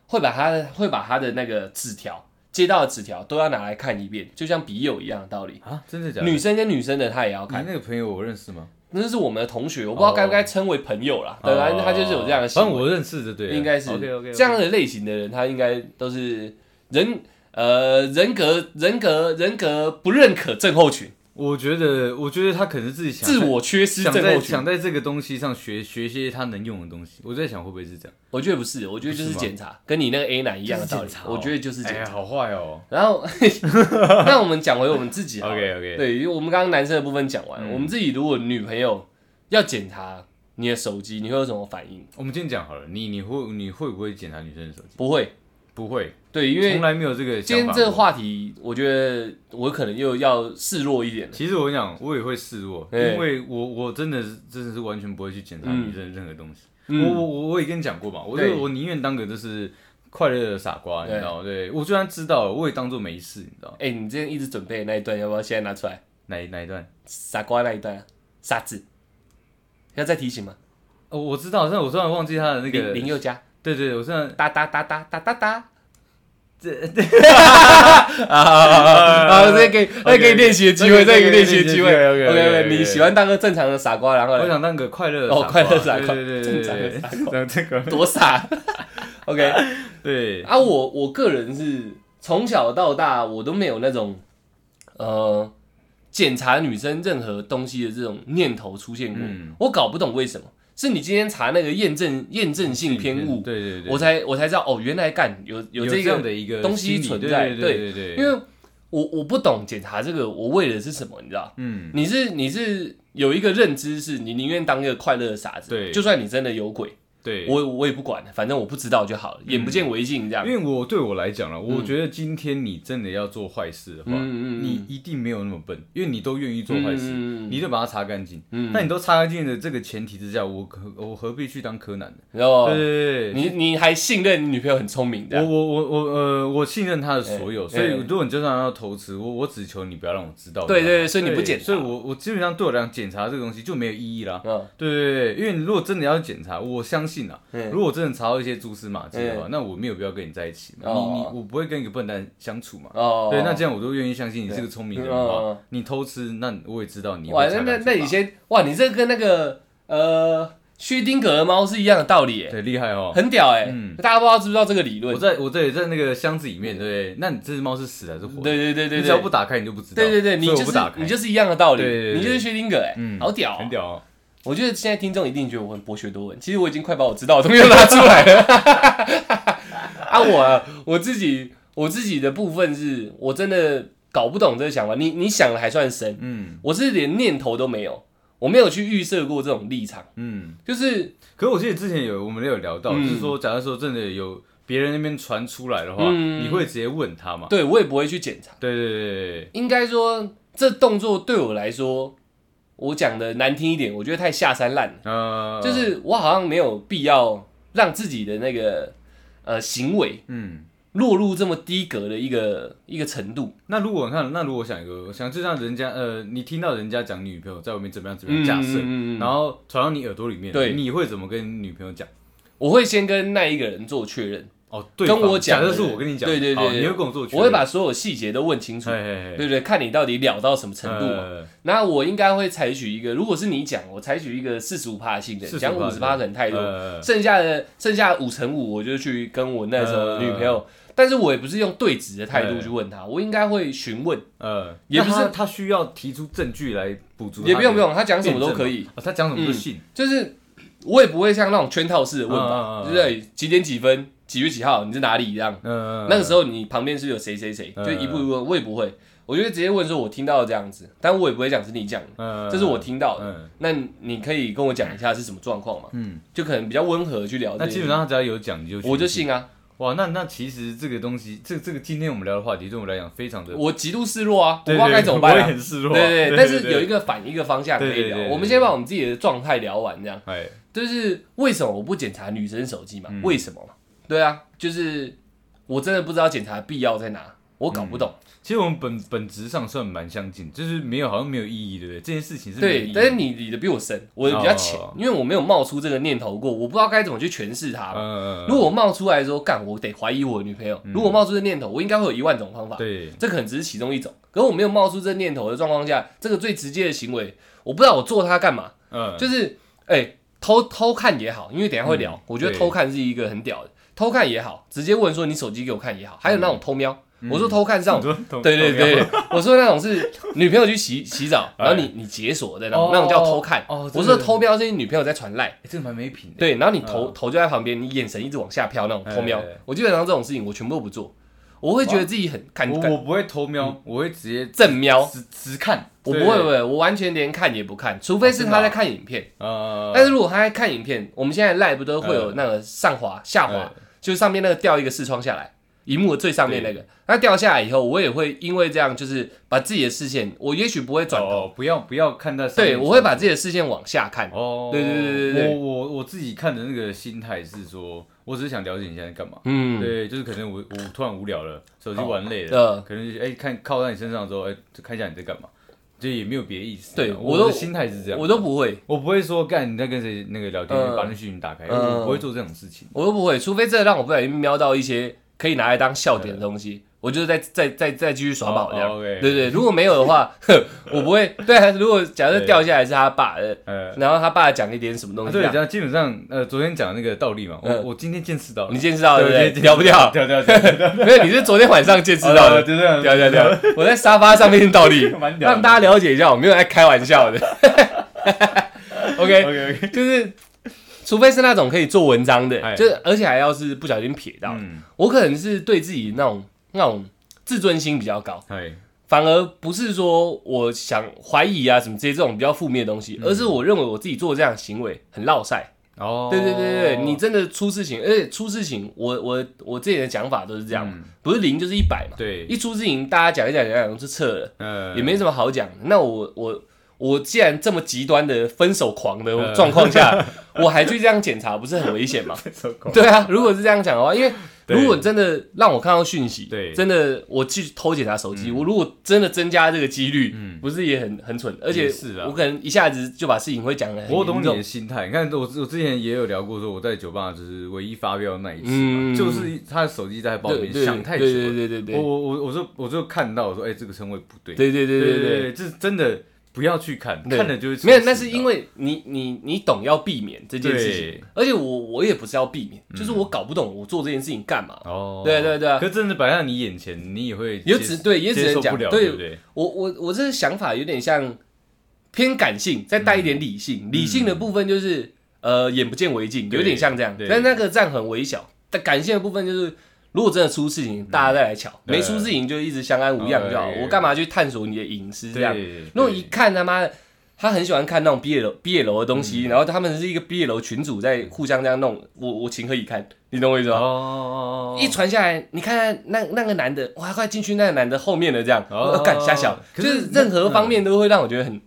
会把他的会把他的那个纸条接到的纸条都要拿来看一遍，就像笔友一样的道理。啊，真的假的？女生跟女生的他也要你看，那个朋友我认识吗？那是我们的同学，我不知道哦该不该称为朋友啦。对，反正他就是有这样的行反为正。我认识的，对啊了，应该是 OK OK，这样的类型的人，他应该都是人呃人格人格人格不认可症候群，我觉得，我觉得他可能自己想自我缺失想症在候群想。在这个东西上学学些他能用的东西。我在想会不会是这样，我觉得不是，我觉得就是不是吗检查，跟你那个 A 男一样的道理就是检。查哦我觉得就是检哎，查。好坏哦。然后， 那我们讲回我们自己好了 OK 嗯 OK，对，因为我们刚刚男生的部分讲完，我们自己如果女朋友要检查你的手机，你会有什么反应？我们今天讲好了，你你会你会不会检查女生的手机？不会，不会，对，因为从来没有这个今想天法。这个，话题，我觉得我可能又要示弱一点了。其实我跟你讲，我也会示弱，哎因为我我真的是真的是完全不会去检查嗯女生任何东西。我嗯，我我我也跟你讲过嘛，我对就我宁愿当个就是快乐的傻瓜，你对知道吗？对我就算知道了，我也当做没事，你知道吗哎、你之前一直准备的那一段，要不要现在拿出来？哪一哪一段？傻瓜那一段、啊，傻子，要再提醒吗？哦，我知道，但我突然忘记他的那个林林宥嘉，对对，我现在哒哒哒哒哒哒哒。啊好，再给再给你练习的机会，再给你练习的机会。 OK OK，你喜？欢当个正常的傻瓜，然后我嘞想当个快乐哦快乐傻瓜对对对对对，讲这个多傻？OK，对，啊，我我个人是从小到大我都没有那种呃检查女生任何东西的这种念头出现过，嗯我搞不懂为什么。是你今天查那个验证验证性偏误，对对对，嗯我才我才知道哦，原来干有有这这样个，的一个东西心理存对在对对对对，因为我我不懂检查这个，我为的是什么，你知道？嗯你是你是有一个认知，是你宁愿当一个快乐的傻子，对就算你真的有鬼，对，嗯我我也不管，反正我不知道就好了，眼不见为净这样因。为我对我来讲了，我觉得今天你真的要做坏事的嗯话，嗯嗯嗯你一定没有那么笨，因为你都愿意做坏事，嗯你就把它擦干净。那你都擦干净的这个前提之下，我可我何必去当柯南呢？然后对对对对哦你你还信任你女朋友很聪明我的，我我我呃，我信任他的所有，哎所以如果你就算要偷吃，我我只求你不要让我知道。对你知道吗对对所以你不检查所以我我基本上对我来讲，检查这个东西就没有意义啦。嗯，对对对，因为你如果真的要检查，我相信啊，嗯如果真的查到一些蛛丝马迹的话，那我没有必要跟你在一起嘛。你哎哦你我不会跟一个笨蛋相处嘛。哦，对，那这样我都愿意相信你是个聪明人的嗯嗯话，你偷吃，那我也知道你会哇，那查那看出那你吧先，哇，你这跟那个呃薛丁格的猫是一样的道理耶，对厉害哦。很屌哎，嗯大家不知道知不知道这个理我论？在我这里在那个箱子里面，对不对？那你这只猫是死还是活的？对对对对你只要不对，打开，你就不知道。对对对，你所以就我不是打开，你就是一样的道理对对，对你就是薛丁格哎，嗯好屌哦，很屌哦。我觉得现在听众一定觉得我很博学多闻，其实我已经快把我知道的东西都拉出来了。啊，我啊我自己我自己的部分是我真的搞不懂这个想法，你你想的还算深，嗯我是连念头都没有，我没有去预设过这种立场，嗯。就是可我记得之前有我们有聊到，嗯就是说，假如说真的有别人那边传出来的话，嗯你会直接问他嘛？对我也不会去检查。对对对对应该说这动作对我来说，我讲的难听一点，我觉得太下三滥了，对，呃，就是我好像没有必要让自己的那个呃行为嗯。落入这么低格的一个一个程度。那如果你看，那如果我想一个，我想就像人家呃，你听到人家讲女朋友在外面怎么样怎么样，假设，嗯嗯嗯然后传到你耳朵里面，对你会怎么跟女朋友讲？我会先跟那一个人做确认，哦，对跟方，我讲假的设是我跟你讲，对对对好对你会跟我做确认，哎我会把所有细节都问清楚，嘿嘿嘿对不对？看你到底了到什么程度嘛。呃那我应该会采取一个，如果是你讲，我采取一个四十五趴信任， 45%讲五十趴可能太多，呃剩下的剩下五乘五，我就去跟我那时候的女朋友，哎但是我也不是用对质的态度去问她，我应该会询问，呃，也不那是他他需要提出证据来补足他的，也不用不用，她讲什么都可以，哦，他讲什么都信，就是我也不会像那种圈套式的问嗯嗯法，嗯就是哎几点几分，几月几号，你在哪里这样。呃，那个时候你旁边是有谁谁谁，嗯就一步一步问，我也不会，我就会直接问说，我听到这样子，但我也不会讲是你讲的，呃，这是我听到的。嗯那你可以跟我讲一下是什么状况嘛？嗯，就可能比较温和去聊这那件事。基本上他只要有讲，你就我就信啊，哇，那那其实这个东西，这这个今天我们聊的话题，对我们来讲非常的，我极度示弱啊，我不对知道该怎么办对我啊也。很示对弱啊，对对，但是有一个，个反一个方向可对以对聊对。对我们先把我们自己的状态聊完，这样哎，就是为什么我不检查女生手机嘛？嗯为什么嘛？对啊，就是我真的不知道检查必要在哪，我搞不懂。其实我们本本质上算蛮相近，就是没有好像没有意义，对不对？这件事情是没有意对义，的但是你理的比我深，我的比较浅，哦因为我没有冒出这个念头过，我不知道该怎么去诠释它嘛。呃，如果我冒出来说干，我得怀疑我的女朋友。如果冒出这念头，我应该会有一万种方法，嗯对，这可能只是其中一种。可是我没有冒出这念头的状况下，这个最直接的行为，我不知道我做它干嘛，嗯，就是哎、偷偷看也好，因为等一下会聊，我觉得对偷看是一个很屌的，偷看也好，直接问说你手机给我看也好，还嗯有那种偷瞄。我说偷看是那种就 对对对，我说那种是女朋友去洗 洗澡，然后你你解锁的那种，那种叫偷看。哎哦哦我说偷瞄是你女朋友在传赖，哎这个蛮没品的，对，然后你头头就在旁边，你眼神一直往下飘那种偷瞄嗯哎哎哎。我基本上这种事情我全部都不做，我会觉得自己很看我看我不会偷瞄，我会直接正瞄，直直看，我不对会不，会，我完全连看也不看，除非是真的他啊在看影片。呃，但是如果他在看影片，我们现在赖不都会有那个上滑下滑哎，就是上面那个掉一个视窗下来，荧幕的最上面那个，那掉下来以后，我也会因为这样，就是把自己的视线，我也许不会转头。哦，不要不要看到上对，面，我会把自己的视线往下看。哦，对对对对对我我我自己看的那个心态是说，我只是想了解你现在在干嘛。嗯，对，就是可能我我突然无聊了，手机玩累了，呃，可能就哎、看靠在你身上之后，哎、就看一下你在干嘛，就也没有别的意思。对我我都的心态是这样，我我都不会，我不会说干你在跟谁那个聊天，嗯把那讯息打开，嗯我不会做这种事情。我都不会，除非真的让我不小心瞄到一些可以拿来当笑点的东西，我就再再再再继续耍宝这样。哦，OK 对对，如果没有的 话，哼我不会。对啊，如果假设掉下来是他爸的，呃，然后他爸讲一点什么东西，啊对，这这样样基本上呃，昨天讲的那个道理嘛，我、嗯我今天见识到了，你见识到了对不对？屌不掉屌？掉掉掉， 没有，你是昨天晚上见识到的。就这样，屌屌屌！我在沙发上面倒立 蛮，屌的让大家了解一下，我没有在开玩笑的。OK， OK OK，就是，除非是那种可以做文章的，哎就是而且还要是不小心瞥到，嗯，我可能是对自己那种那种自尊心比较高，哎，反而不是说我嗯想怀疑啊什么这些这种比较负面的东西，而是我认为我自己做这样的行为很落塞，哦，对对对对，你真的出事情，而且出事情，我我我自己的讲法都是这样，不是零就是一百嘛。嗯对，一出事情，大家讲一讲讲一讲就撤了，呃也没什么好讲。那我我我既然这么极端的分手狂的呃状况 下，我还去这样检查，不是很危险吗？对啊，如果是这样讲的话，因为对如果真的让我看到讯息，对嗯真的我去偷检查手机，我如果真的增加这个几率，不是也很很蠢？而且也是啊我可能一下子就把事情会讲的很我懂严你的重，心态。你看，我我之前也有聊过，说我在酒吧就是唯一发飙的那一次嘛，嗯就是他的手机在包里对面，对想太久对了。对对对对我我我我就我就看到我说，哎、这个称谓不对。对对对对对对。对，这是真的不要去看，对看了就会啊没有，那是因为为你你你懂要避免这件事情对，嗯而且我我也不是要避免，就是我搞不懂我做这件事情干嘛。哦，对对对啊可是真的摆在你眼前，你也会也接只对也只接能受讲不了，对不对？我我我这个想法有点像偏感性，再带一嗯点理性。理性的部分就是呃眼不见为净，对有点像这样，对但那个占很微小。但感性的部分就是，如果真的出事情，大家再来瞧；对没出事情就一直相安无恙就好。嗯对我干嘛去探索你的隐私这样？对如果一看他妈的，他很喜欢看那种毕业楼毕业楼的东嗯西，然后他们是一个毕业楼群主在互相这样弄，我我情何以堪？你懂我意思对吗？哦，一传下来，你看那那个男的，哇，快进去那个男的后面了，这样，哦我干瞎想，就可是是任何方面都会让我觉得很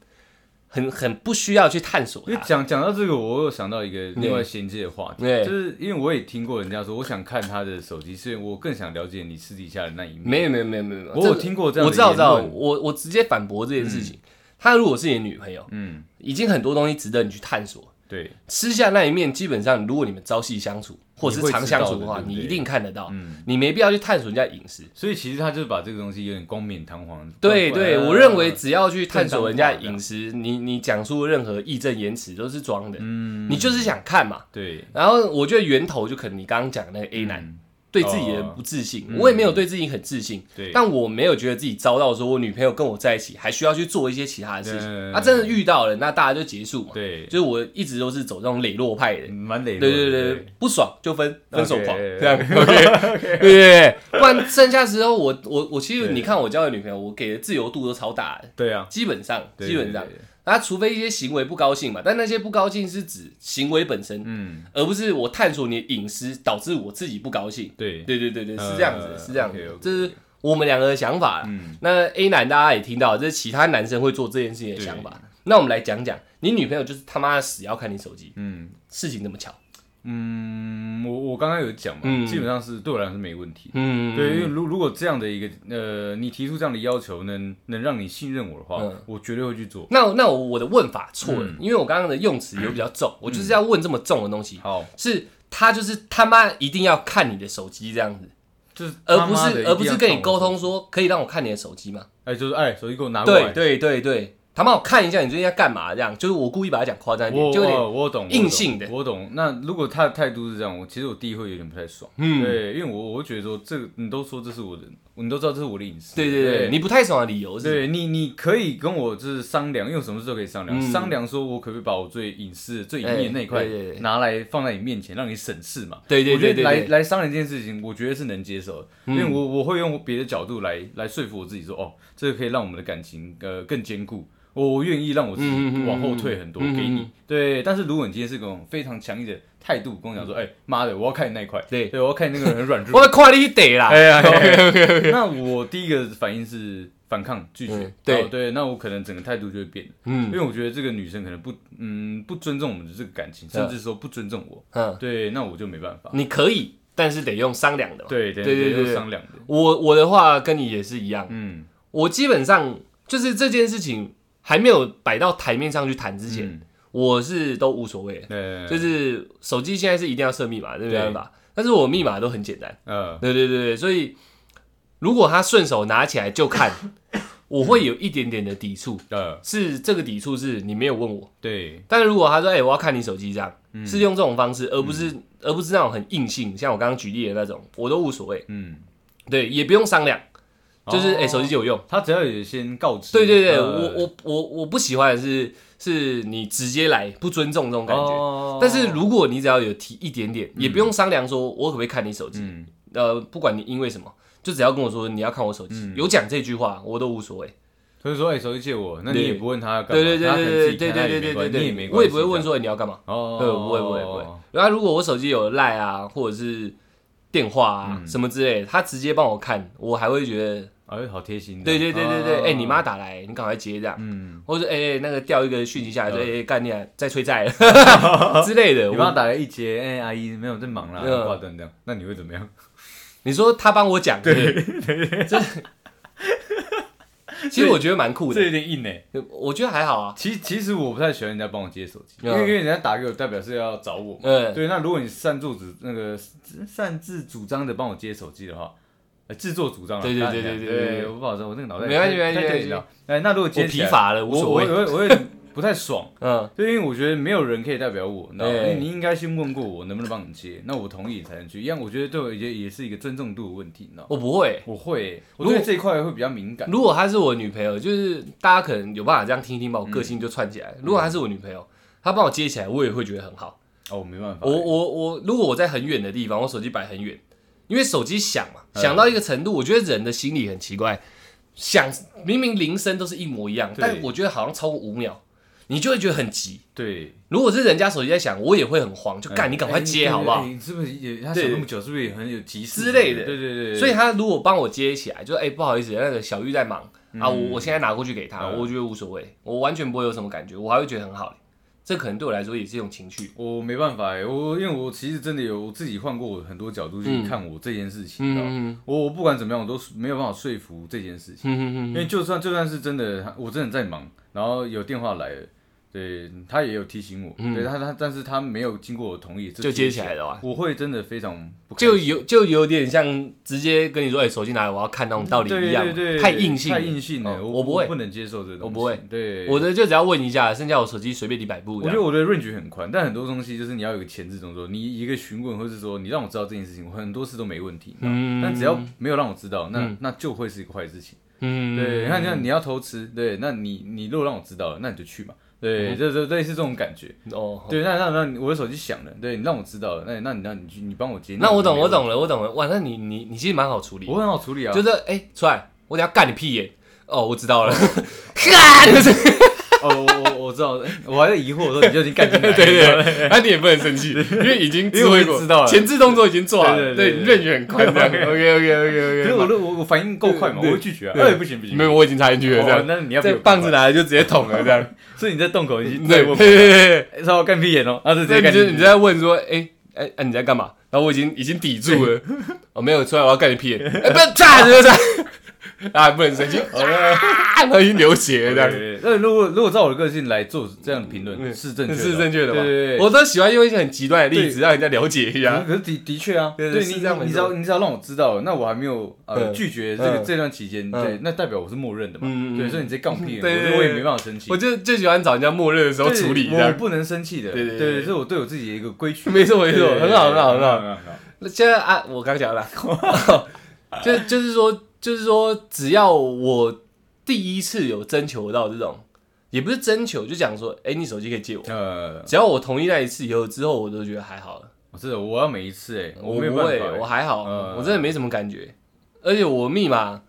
很很不需要去探索因为它。讲讲到这个，我有想到一个另外衔接的话题，对就是因为我也听过人家说，我想看他的手机，所以我更想了解你私底下的那一面。没有没有没有没有，我有这听过这样我的知道言我知道，论我我直接反驳这件事情。她如果是你的女朋友，嗯，已经很多东西值得你去探索。对，私下那一面，基本上如果你们朝夕相处或者你是会常知相道处的的话，对不你对一定看得到，嗯，你没必要去探索人家隐私。所以其实他就是把这个东西有点冠冕堂皇。对冠对，呃我认为只要去探正索当人家化这样隐私，你你讲出任何义正言辞都是装嗯的，你就是想看嘛。对，然后我觉得源头就可能你刚刚讲那个 A 男、嗯哦对自己的不自信，我也没有对自己很自信，对但我没有觉得自己遭到说我女朋友跟我在一起还需要去做一些其他的事情。对啊，真的遇到了，那大家就结束嘛。对，就是我一直都是走这种磊落派的，蛮累的。对对对，不爽就分，分手狂 OK，这样 OK，对对对，不然剩下时候我我我其实对你看我交的女朋友，我给的自由度都超大的，对啊，基本上对基本上对，对对那除非一些行为不高兴嘛，但那些不高兴是指行为本身，嗯，而不是我探索你的隐私导致我自己不高兴。对，对对对对，呃是这样子，是这样子 OK，OK，这是我们两个的想法啦。嗯，那 A 男大家也听到，这是其他男生会做这件事情的想法。那我们来讲讲，你女朋友就是他妈的死要看你手机，嗯事情这么巧，嗯，我我刚刚有讲嘛，嗯基本上是对我来说是没问题。嗯，对，因为如如果这样的一个呃，你提出这样的要求能能让你信任我的话，嗯我绝对会去做。那那我的问法错了，嗯因为我刚刚的用词有比较重，我就是要问这么重的东西，好，是他就是他妈一定要看你的手机这样子，就是而他不妈是的一定要而不是跟你看我沟通手机，说可以让我看你的手机吗？哎，就是哎，手机给我拿过对来。对对对，他妈我看一下你最近在干嘛这样，就是我故意把它讲夸张一我点，就有点我我懂，我懂硬性的我懂。那如果他的态度是这样，我其实我第一会有点不太爽。嗯对，因为我我会觉得说这个你都说这是我的，你都知道这是我的隐私。对对对，你不太爽的理由是对你，你可以跟我就是商量，因为我什么事都可以商量，嗯商量说我可不可以把我最隐私的、最隐秘的那一哎块对对对拿来放在你面前，让你审视嘛。对对对对对我觉嗯得来来商量这件事情，我觉得是能接受的，因为我我会用别的角度来来说服我自己说，哦，这个可以让我们的感情呃更坚固。我我愿意让我自己嗯嗯嗯往后退很多嗯嗯嗯给你，对。但是如果你今天是跟我非常强硬的态度跟我讲说，哎妈的，我要看你那一块，嗯对对，我要看你那个很 软弱我，看你得啦，哎 呀，OK OK OK。那我第一个反应是反抗拒绝，嗯对哦对，那我可能整个态度就会变，因嗯为我觉得这个女生可能不嗯不尊重我们的这个感情，甚至说不尊重我，嗯，对，那我就没办法，你可以，但是得用商量的嘛。对对对对，对就商量的，我我的话跟你也是一样，嗯我基本上就是这件事情还没有摆到台面上去谈之前，嗯，我是都无所谓的。呃就是手机现在是一定要设密码，这没办法。但是我密码都很简单，呃对对对对，所以如果他顺手拿起来就 看，我会有一点点的抵触，呃，是这个抵触是你没有问我。对，但是如果他说：“哎、我要看你手机。”这样、嗯是用这种方式，而不是、而不是那种很硬性，像我刚刚举例的那种，我都无所谓。嗯，对，也不用商量，就是哎、哦手机借我用。他只要有先告知，对对对，呃我我我我不喜欢的是是你直接来不尊重这种感觉。哦但是如果你只要有提一点点，也不用商量说我可不可以看你手机，嗯嗯呃，不管你因为什么，就只要跟我说你要看我手机，有讲这句话我都无所谓。他就说：“哎、手机借我。”那你对也不问他要干对嘛，对对他可能自对己对对看他对也没对关对你也对没对，关系。我也不会问说哎你要干嘛，哦，呃，不会不会不会。然后如果我手机有赖啊，或者是电话啊、嗯什么之类的，他直接帮我看，我还会觉得，哎，好贴心的。对对对对对，哦哎、你妈，打来，你赶快接这样，嗯，或者哎、哎那个掉一个讯息下来说，嗯哎、哎干你、啊、在催 债之类的。你我妈打来一接，哎，阿姨没有在忙啦，嗯挂断这样，那你会怎么样？你说他帮我讲，对不对，这其实我觉得蛮酷这的，有点硬哎。我觉得还好啊，其其实我不太喜欢人家帮我接手机，因嗯为因为人家打给我，代表是要找我嘛。嗯，对，那如果你擅作主那个擅自主张的帮我接手机的话，呃，自作主张啊对对当然对对啊对对对我不好说，我那个脑袋没关系太没关系太没关系电脑哎，那如果我接起疲来，乏了，无我所我谓，我我有点不太爽，嗯，对，因为我觉得没有人可以代表我，你知道吗哎你应该先问过我能不能帮你接，那我同意你才能去。一样，我觉得对我也也是一个尊重度的问题，你知道吗？我不会、我会，我如果对这一块会比较敏感。如果她是我女朋友，就是大家可能有办法这样听一听，把我个性就串起来。如果她是我女朋友，她帮我接起来，我也会觉得很好。哦，没办法，我我我，如果我在很远的地方，我手机摆很远，因为手机响嘛，嗯响到一个程度，我觉得人的心理很奇怪，响明明铃声都是一模一样，对但我觉得好像超过五秒，你就会觉得很急。对，如果是人家手机在响，我也会很慌，就干、你赶快接好不好？哎你是不是也他对想那么久，是不是也很有急事之类的对对对对，所以他如果帮我接起来，就哎、不好意思，那个小玉在忙、啊，我我现在拿过去给他，嗯我觉得无所谓，我完全不会有什么感觉，我还会觉得很好。这可能对我来说也是一种情绪。我没办法哎、我因为我其实真的有我自己换过很多角度去看我这件事情，你知道吗嗯我我不管怎么样，我都没有办法说服这件事情，嗯嗯因为就算就算是真的，我真的在忙，然后有电话来了，对他也有提醒我，对他他，但是他没有经过我同意嗯，就接起来，了啊，我会真的非常不开心就有就有点像直接跟你说，哎、手机拿来，我要看那种道理对一样嗯对，对，太硬性了，太硬性了，哦我我不会不能接受这个东西，我不会，对，我的就只要问一下，剩下我手机随便你摆布我这觉样。得我的 range 很宽，但很多东西就是你要有个前置动作，你一个询问，或是说你让我知道这件事情，我很多事都没问题。嗯但只要没有让我知道，那、那就会是一个坏事情。嗯，对，那那你要偷吃，对，那你你如果让我知道了，那你就去嘛。对，这这类似这种感觉。嗯哦，对，那那那我的手机响了，对你让我知道了，那那你那你去你帮我接。那我懂，没我问题，懂了，我懂了。哇，那你你你其实蛮好处理的，我很好处理啊。就是哎、出来，我等下干你屁眼。哦，我知道了，干，就是哦，我我我知道，哎我还在疑惑说你就已经干进来 了。对对对，那你也不能生气，因为已经智因为慧我果知道了前置动作已经做好了，对对对，对你对认觉很宽这样。OK OK OK 可是我 OK，如果我我反应够快嘛，我对会拒绝啊。对哎，不行不行，没有，我已经插进去了这哦，样，那你要比这我棒子快拿来就直接捅了这 样。所以你在洞口已经对我对对欸稍微干屁眼哦，啊，这直对，接那干你就进你去就在问说，哎哎哎你在干嘛？然后我已经已经抵住 了，哦没有出来，我要干你屁 眼，哎不要炸就是炸， 啊不能生气， 啊然后已经流 血了这样。对对对那如果如果照我的个性来做这样的评论，嗯是正确是正确的吧？对对对，我都喜欢用一些很极端的例子让人家了解一可下。可是的的确啊，对对对你是这样你没你只要错你只要让我知道，那我还没有呃嗯拒绝这个嗯这段期间，对，那代表我是默认的嘛嗯嗯，嗯对，所以你直接杠屁眼，对对我对我也没办法生气我，就最喜欢找人家默认的时候对处理这我样。不能生气的，对对对对对，对这是我对我自己的一个规 矩，没错没错，对很好很好很好。很好，那现在啊，我刚讲了啦， 就就是说就是说，只要我第一次有征求到这种，也不是征求，就讲说，哎，你手机可以借我。呃，只要我同意那一次以后，之后我都觉得还好了，真的我要每一次哎，我没有不办会，法我欸，还好，嗯我真的没什么感觉。而且我密码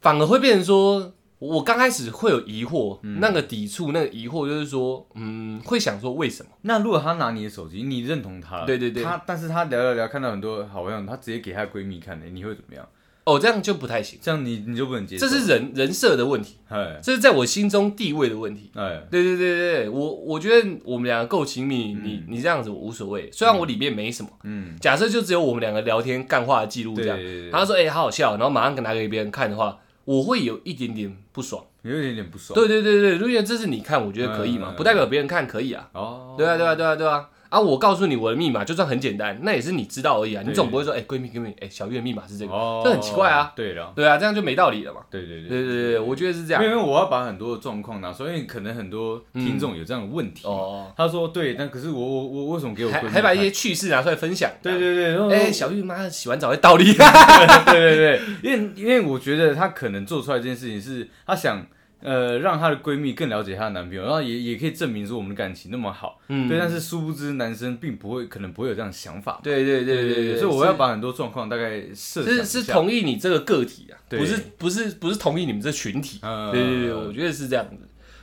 反而会变成说，我刚开始会有疑惑，嗯那个抵触，那个疑惑就是说，嗯，会想说为什么？那如果他拿你的手机，你认同他了，对对对他但是他聊聊聊，看到很多好朋友，他直接给他闺蜜看的，哎你会怎么样？哦，这样就不太行，这样你你就不能接受，这是人人设的问题，哎这是在我心中地位的问题。哎对对对对对，我我觉得我们两个够亲密，你你这样子我无所谓，虽然我里面没什么，嗯，假设就只有我们两个聊天干话的记录对这样，对对他说哎、好好笑，然后马上拿给别人看的话，我会有一点点不爽。有一点点不爽对对对对，如果这是你看，我觉得可以嗯嘛嗯，嗯不代表别人看可以啊。哦，对啊对啊对啊对啊。啊！我告诉你我的密码，就算很简单，那也是你知道而已啊。你总不会说，哎、闺蜜闺蜜，哎、小月的密码是这个，哦，这很奇怪啊，对了，对啊，这样就没道理了嘛。对对对对。对对，对我觉得是这因样为。我要把很多的状况拿出来，因为可能很多听众有这样的问题。哦，他说：“对，但可是我我我为什么给我闺还蜜还把一看些趣事拿出来分享。 对对对，然后哎、小玉妈洗完澡会倒立， 对对对，因为因为我觉得他可能做出来这件事情是他想呃，让她的闺蜜更了解她的男朋友，然后也也可以证明说我们的感情那么好，嗯对。但啊是殊不知男生并不会，可能不会有这样的想法，对对对对对，所以我要把很多状况大概设想是一是下同意你这个个体啊，对不是不是不是同意你们这群体。啊嗯对对对，我觉得是这样子。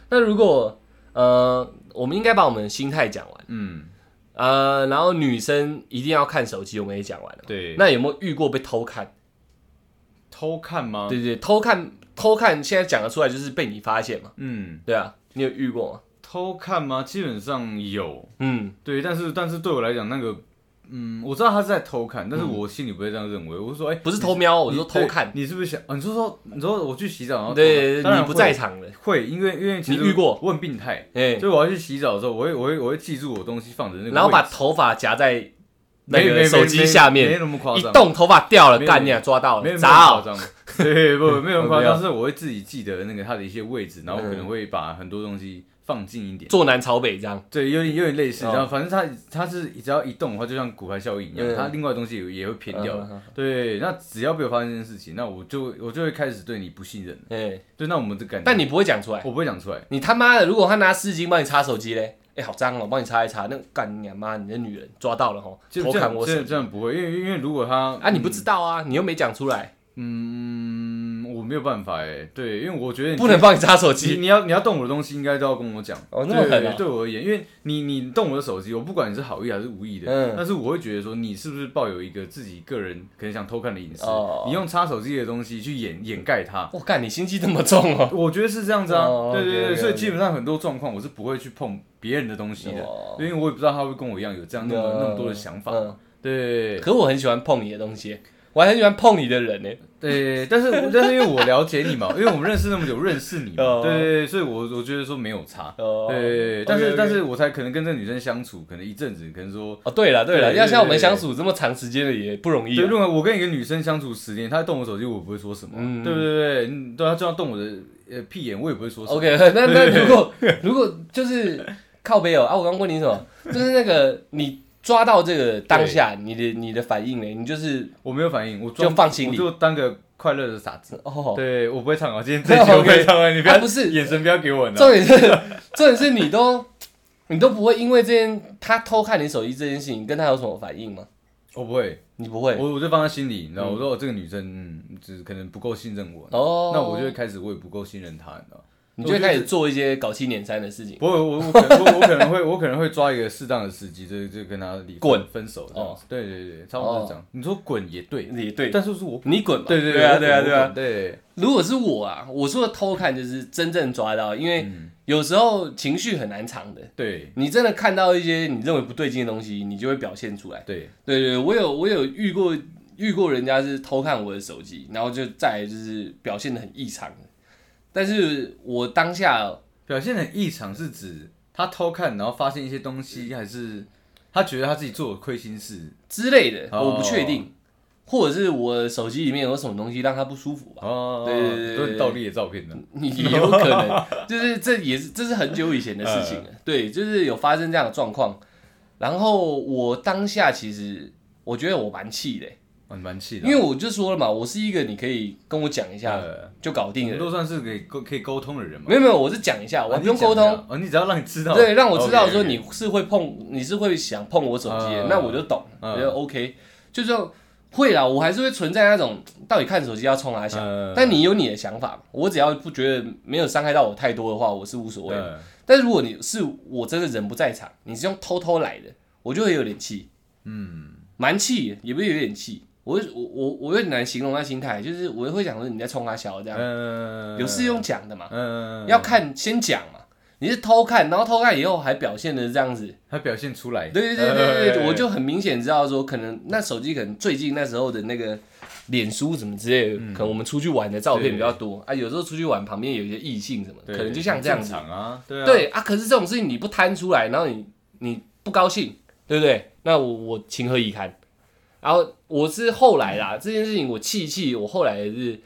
那如果呃，我们应该把我们的心态讲完，嗯，呃，然后女生一定要看手机，我们也讲完了。嗯对，那有没有遇过被偷看？偷看吗？对对，对偷看偷看，现在讲得出来就是被你发现嘛？嗯，对啊，你有遇过吗？偷看吗？基本上有，嗯，对，但是但是对我来讲，那个，嗯，我知道他是在偷看，但是我心里不会这样认为。我是说，哎、不是偷瞄，我你嗯说偷看。对你是不是想？哦你是说，你说我去洗澡，然后对对偷看对，当然你不在场了。会，因为因为其实你遇过我很病态，哎所以，我要去洗澡的时候，我会我会我会记住我东西放着那个位置，然后把头发夹在那没没个没手机没下没面，那么夸一张，动头发掉了，没有干你啊，抓到没有了，那么夸砸哦！张，对，不没有那么 夸没有张，是我会自己记得那个它的一些位置，然后嗯可能会把很多东西放近一点。坐南朝北这样。对，有点有点类似，哦然后反正它它是只要一动的话，就像骨牌效应一样，嗯它另外的东西也也会偏掉嗯嗯的。对，那只要被我发现这件事情，那我就我就会开始对你不信任。哎、对，那我们的感觉，但你不会讲出来，我不会讲出来。你他妈的，如果他拿湿巾帮你擦手机嘞，哎、好脏哦，帮你擦一擦，那干你啊妈，你的女人抓到了吼，就嗯偷这看样我这手样机这样不会，因为因为如果他啊，你不知道啊，你又没讲出来，嗯，我没有办法哎，对，因为我觉得你不能帮你擦手你机，你要你要动我的东西，应该都要跟我讲。哦那么狠啊对，对我而言，因为你你动我的手机，我不管你是好意还是无意的，嗯但是我会觉得说你是不是抱有一个自己个人可能想偷看的隐私，哦你用擦手机的东西去掩掩盖它。我干、你心机这么重哦。我觉得是这样子啊，哦对对对 OK，OK，OK 所以基本上很多状况我是不会去碰别人的东西的，哦因为我也不知道他会跟我一样有这样那么、那么多的想法。嗯对可我很喜欢碰你的东西，我还很喜欢碰你的人呢。对，但是但是因为我了解你嘛，因为我们认识那么久，认识你哦嘛，对对对，所以我我觉得说没有差。哦，对，但是 OK，OK 但是我才可能跟这女生相处，可能一阵子，可能说，哦，对了对了，对要像我对们对相处这么长时间的也不容易对，啊、如果我跟一个女生相处十年，她动我手机，我不会说什么，嗯对不对？嗯对，她就要动我的呃屁眼，我也不会说什么。 OK，那那如果如果就是靠北哦啊，我刚问你什 么？就是那个你抓到这个当下，你的你的反应呢？你就是我没有反应，我就装放心里我就当个快乐的傻子。哦，对，我不会唱啊，今天 这一集我不会唱啊，你不啊要不是眼神不要给我呢。重点是重点是你都你都不会因为这件他偷看你手机这件事情跟他有什么反应吗？我不会，你不会我我就放在心里，你知道，我说我这个女生，嗯，就是可能不够信任我，哦，那我就会开始我也不够信任她，你知道。你就会开始做一些搞七年三的事情。不会，我我可能我我可能会我可能会抓一个适当的时机，就就跟他离婚滚哦分手这样子。对对对，差不多是这样。你说滚也对，也对，但是是我你滚吧！对对对啊对啊我对啊！滚对，如果是我啊，我说的偷看就是真正抓到，因为嗯有时候情绪很难藏的。对你真的看到一些你认为不对劲的东西，你就会表现出来。对对对，对我有我有遇过遇过人家是偷看我的手机，然后就再来就是表现的很异常的但是我当下表现很异常是指他偷看，然后发现一些东西，还是他觉得他自己做了亏心事？之类的，哦我不确定，或者是我手机里面有什么东西让他不舒服吧，哦，对对对对都是盗猎的照片呢。也有可能，就是这也是这是很久以前的事情了。对，就是有发生这样的状况，然后我当下其实我觉得我蛮气的、哦你蛮气的因，为我就说了嘛，我是一个你可以跟我讲一下呃就搞我定们了。都算是可以沟可以沟通的人嘛没。有没有，我是讲一下，我啊不用沟，你通，讲一下哦，你只要让你知道，对，让我知道说 OK，OK 你是会碰，你是会想碰我手机的嗯，那我就懂，嗯我觉得 OK，就是会啦，我还是会存在那种到底看手机要冲哪想，嗯但你有你的想法，我只要不觉得没有伤害到我太多的话，我是无所谓的。嗯但是如果你是我真的人不在场，你是用偷偷来的，我就会有点气，嗯，蛮气的，也不是有点气，我我我我有点难形容那心态，就是我会想说你在冲他笑这样，嗯有事用讲的嘛，嗯要看先讲嘛。你是偷看，然后偷看以后还表现的这样子，他表现出来。对对对对对，哎我就很明显知道说，可能那手机可能最近那时候的那个脸书什么之类的，嗯可能我们出去玩的照片比较多啊，有时候出去玩旁边有一些异性什么，对可能就像这样正子，常啊，对啊，对啊，可是这种事情你不摊出来，然后你你不高兴，对不对？那我我情何以堪？然后我是后来啦，嗯这件事情我气一气，我后来也是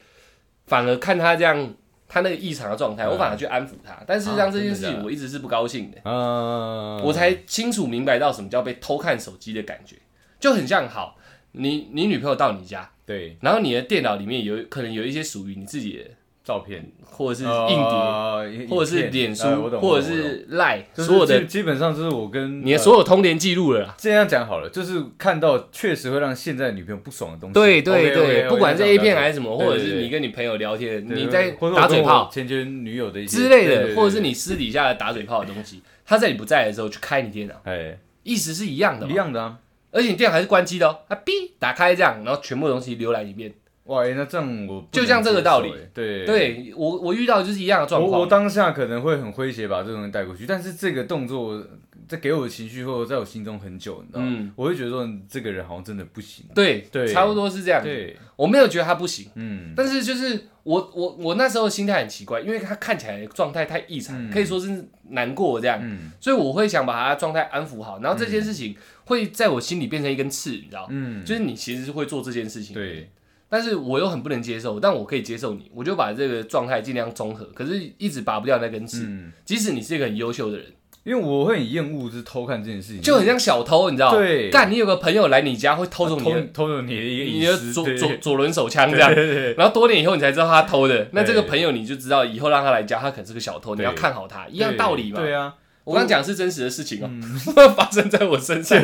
反而看他这样，他那个异常的状态，嗯我反而去安抚他，但事实上这件事啊真的假情的我一直是不高兴的。嗯，我才清楚明白到什么叫被偷看手机的感觉，就很像好，你你女朋友到你家，对然后你的电脑里面有可能有一些属于你自己的照片，或者是硬碟，呃影碟或者是脸书呃我，懂或者我懂我懂是赖，就是所有的基基本上就是我跟你的呃所有通联记录了啦。这样讲好了，就是看到确实会让现在的女朋友不爽的东西。嗯对对 OK，OK，OK，对，不管是这样 A 讲片还是什么，对或对者是对你跟你朋友聊天，对你对在或者我打跟嘴我炮前前女友的一些之类对对的，对或者是你私底下的打嘴炮的东西，他在你不在的时候去开你电脑，哎意思是一样的一嘛。样的啊。而且你电脑还是关机的哦，啊哔打开这样，然后全部东西浏览一遍。哇，哎那这样我不就像能这个接道受理哎对。对我我遇到的就是一样的状我我况，当下可能会很诙谐把这种东西带过去，但是这个动作这给我的情绪或者在我心中很久，你知道吗？嗯我会觉得说这个人好像真的不行。对对差不多是这样。对，我没有觉得他不行，嗯，但是就是我我我那时候心态很奇怪，因为他看起来状态太异常，嗯可以说是难过这样，嗯所以我会想把他状态安抚好，然后这件事情会在我心里变成一根刺，你知道，嗯，就是你其实是会做这件事情，，对，但是我又很不能接受，但我可以接受你，我就把这个状态尽量综合，可是一直拔不掉那根刺，嗯，即使你是一个很优秀的人，因为我会很厌恶就是偷看这件事情，就很像小偷，你知道，对干你有个朋友来你家会偷走你偷的偷走你的一个你隐的私左对左左轮手枪这样。对对对然后多年以后你才知道他偷的，那这个对朋友你就知道以后让他来家，他可能是个小偷，你对要看好他，一样道理嘛。对啊，我刚讲的是真实的事情哦，嗯 发生在我身上。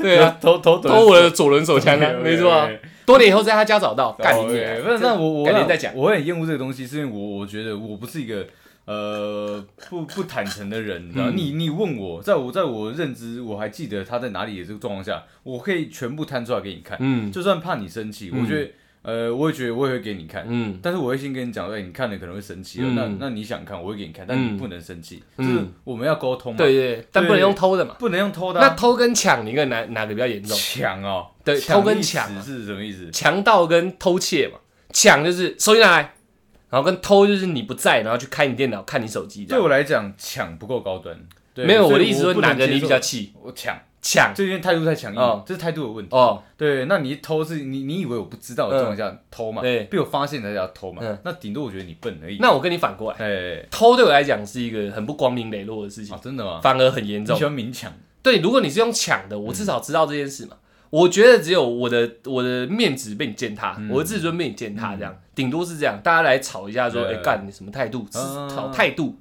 对啊，，偷 偷偷我的左轮手 枪啊，没错啊。多年以后在他家找哦到，哦干你啊娘！不是，哎那我我改天再讲我很厌恶这个东西，是因为我我觉得我不是一个呃不不坦诚的人，你知道？嗯你你问我，在我在我认知，我还记得他在哪里的这个状况下，我可以全部摊出来给你看，嗯就算怕你生气，嗯我觉得呃，我也觉得我也会给你看。嗯，但是我会先跟你讲，哎、你看了可能会生气了，嗯那那你想看，我会给你看，但嗯你不能生气，嗯就是我们要沟通嘛，对对，对但不能用偷的嘛。不能用偷的那啊、偷跟抢，你跟哪哪个比较严重？抢哦，对抢偷跟意思抢啊是什么意思？强盗跟偷窃嘛，抢就是手机拿来，然后跟偷就是你不在，然后去开你电脑看你手机这对样。我来讲，抢不够高端。对没有，所以我我的意思说不能哪个你接受比较气？我抢，抢这边态度太强硬，哦这是态度的问题。哦，对，那你偷是你你以为我不知道的状况下偷嗯嘛？对被我发现才叫偷嘛嗯？那顶多我觉得你笨而已。那我跟你反过来。哎，偷对我来讲是一个很不光明磊落的事情，啊，真的吗？反而很严你重喜。欢明抢？对，如果你是用抢嗯的，我至少知道这件事嘛。我觉得只有我的我的面子被你践踏，嗯我的自尊被你践踏，这样顶多是这样，大家来吵一下说，哎对，干你什么态度？是啊吵态度。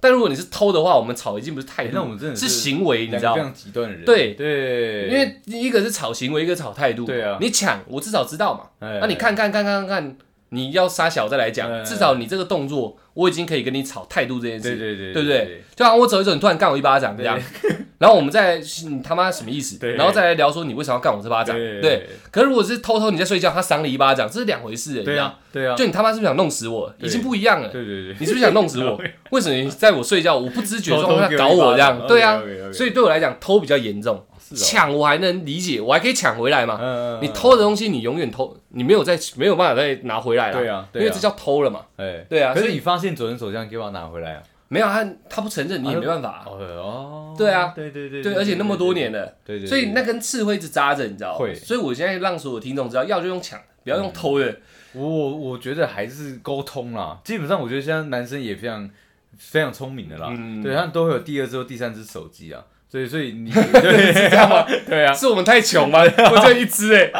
但如果你是偷的话，我们吵已经不是态哎度，那我们真的是是行为，你知两个道非吗？常极端的人。对对，因为一个是吵行为，一个吵态度。对啊你抢我至少知道嘛。哎那你看看看看看，你要杀小再来讲，哎至少你这个动作，我已经可以跟你吵态度这件事对。对对对不对？？就好像我走一走，你突然干我一巴掌这样， 然后我们再你他妈什么意思？对然后再来聊说你为什么要干我这巴掌？对对。可是如果是偷偷你在睡觉，他赏你一巴掌，这是两回事。欸对啊，对啊你知道，，就你他妈是不是想弄死我？对已经不一样了。对对对，你是不是想弄死我？ 为什么你在我睡觉，我不知觉偷中偷在给搞我一巴我这样？掌对啊， OK，OK，OK 所以对我来讲偷比较严重，是哦抢我还能理解，我还可以抢回来嘛。嗯你偷的东西，你永远偷，你没有再没有办法再拿回来了。对啊因对啊为这叫偷了嘛。哎，对啊可所是以你发现左轮手枪，给我拿回来啊？没有他，他不承认，你也啊没办法啊。哦，对啊对对对对，而且那么多，年了。对对，对所以那根刺会一直扎着，你知道吗会？所以我现在让所有听众知道，要就用抢，不要用偷的。我我觉得还是沟通啦，基本上我觉得现在男生也非常非常聪明的啦，嗯对他们都会有第二只或第三只手机啊，所以所 以你对是这样吗？对啊，是我们太穷 吗？我就一只哎，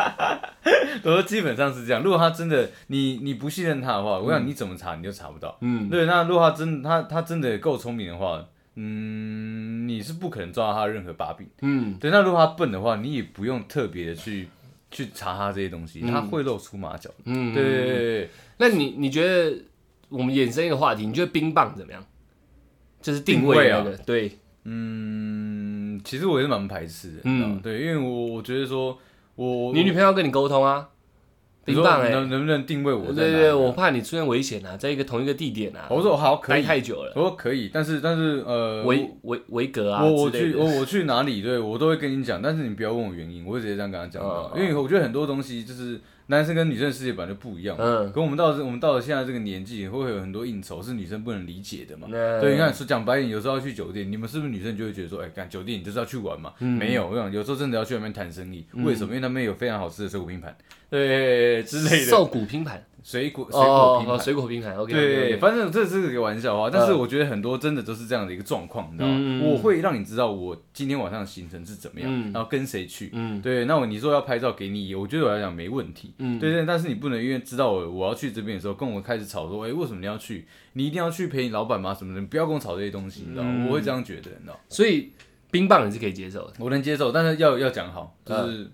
我说基本上是这样。如果他真的你你不信任他的话，我想你怎么查你就查不到。嗯，对，那如果他真他他真的够聪明的话，嗯，你是不可能抓到他任何把柄。嗯，对，那如果他笨的话，你也不用特别的去去查他这些东西，嗯他会露出马脚。嗯，对对对对，那你你觉得我们衍生一个话题，你觉得冰棒怎么样？就是定定位位那啊个，对，嗯，其实我也是蛮排斥的，嗯嗯，对，因为我我觉得说，我你女朋友要跟你沟通啊，你冰说棒哎，能能不能定位我对在对哪对，里啊我怕你出现危险啊，在一个同一个地点啊，我说好可待以，太久了，我说可以，但是但是呃，维维维格啊我我之类去的，我我去哪里，对我都会跟你讲，但是你不要问我原因，我会直接这样跟他讲哦到，因为我觉得很多东西就是男生跟女生的世界本来就不一样嘛，嗯，可我们到我们到了现在这个年纪，会有很多应酬是女生不能理解的嘛。那对，你看说讲白点，有时候要去酒店，你们是不是女生就会觉得说，哎、干酒店你就是要去玩嗯嘛？没有，我想有时候真的要去外面谈生意，为什么？因为那边有非常好吃的水果拼盘。对对对对对之类的瘦骨拼盘，水果水果拼哦哦盘。水果拼盘，OK，对，反正这是个玩笑话，但是我觉得很多真的都是这样的一个状况，你知嗯道吗？嗯嗯我会让你知道我今天晚上的行程是怎么样，嗯然后跟谁去。嗯对，那我你说要拍照给你，我觉得我来讲没问题。嗯对对，但是你不能因为知道我我要去这边的时候，跟我开始吵说，哎，为什么你要去？你一定要去陪你老板吗？什么的，你不要跟我吵这些东西，你知道吗？嗯我会这样觉得，你知道吗，所以冰棒你是可以接受的，我能接受，但是要要讲好，就是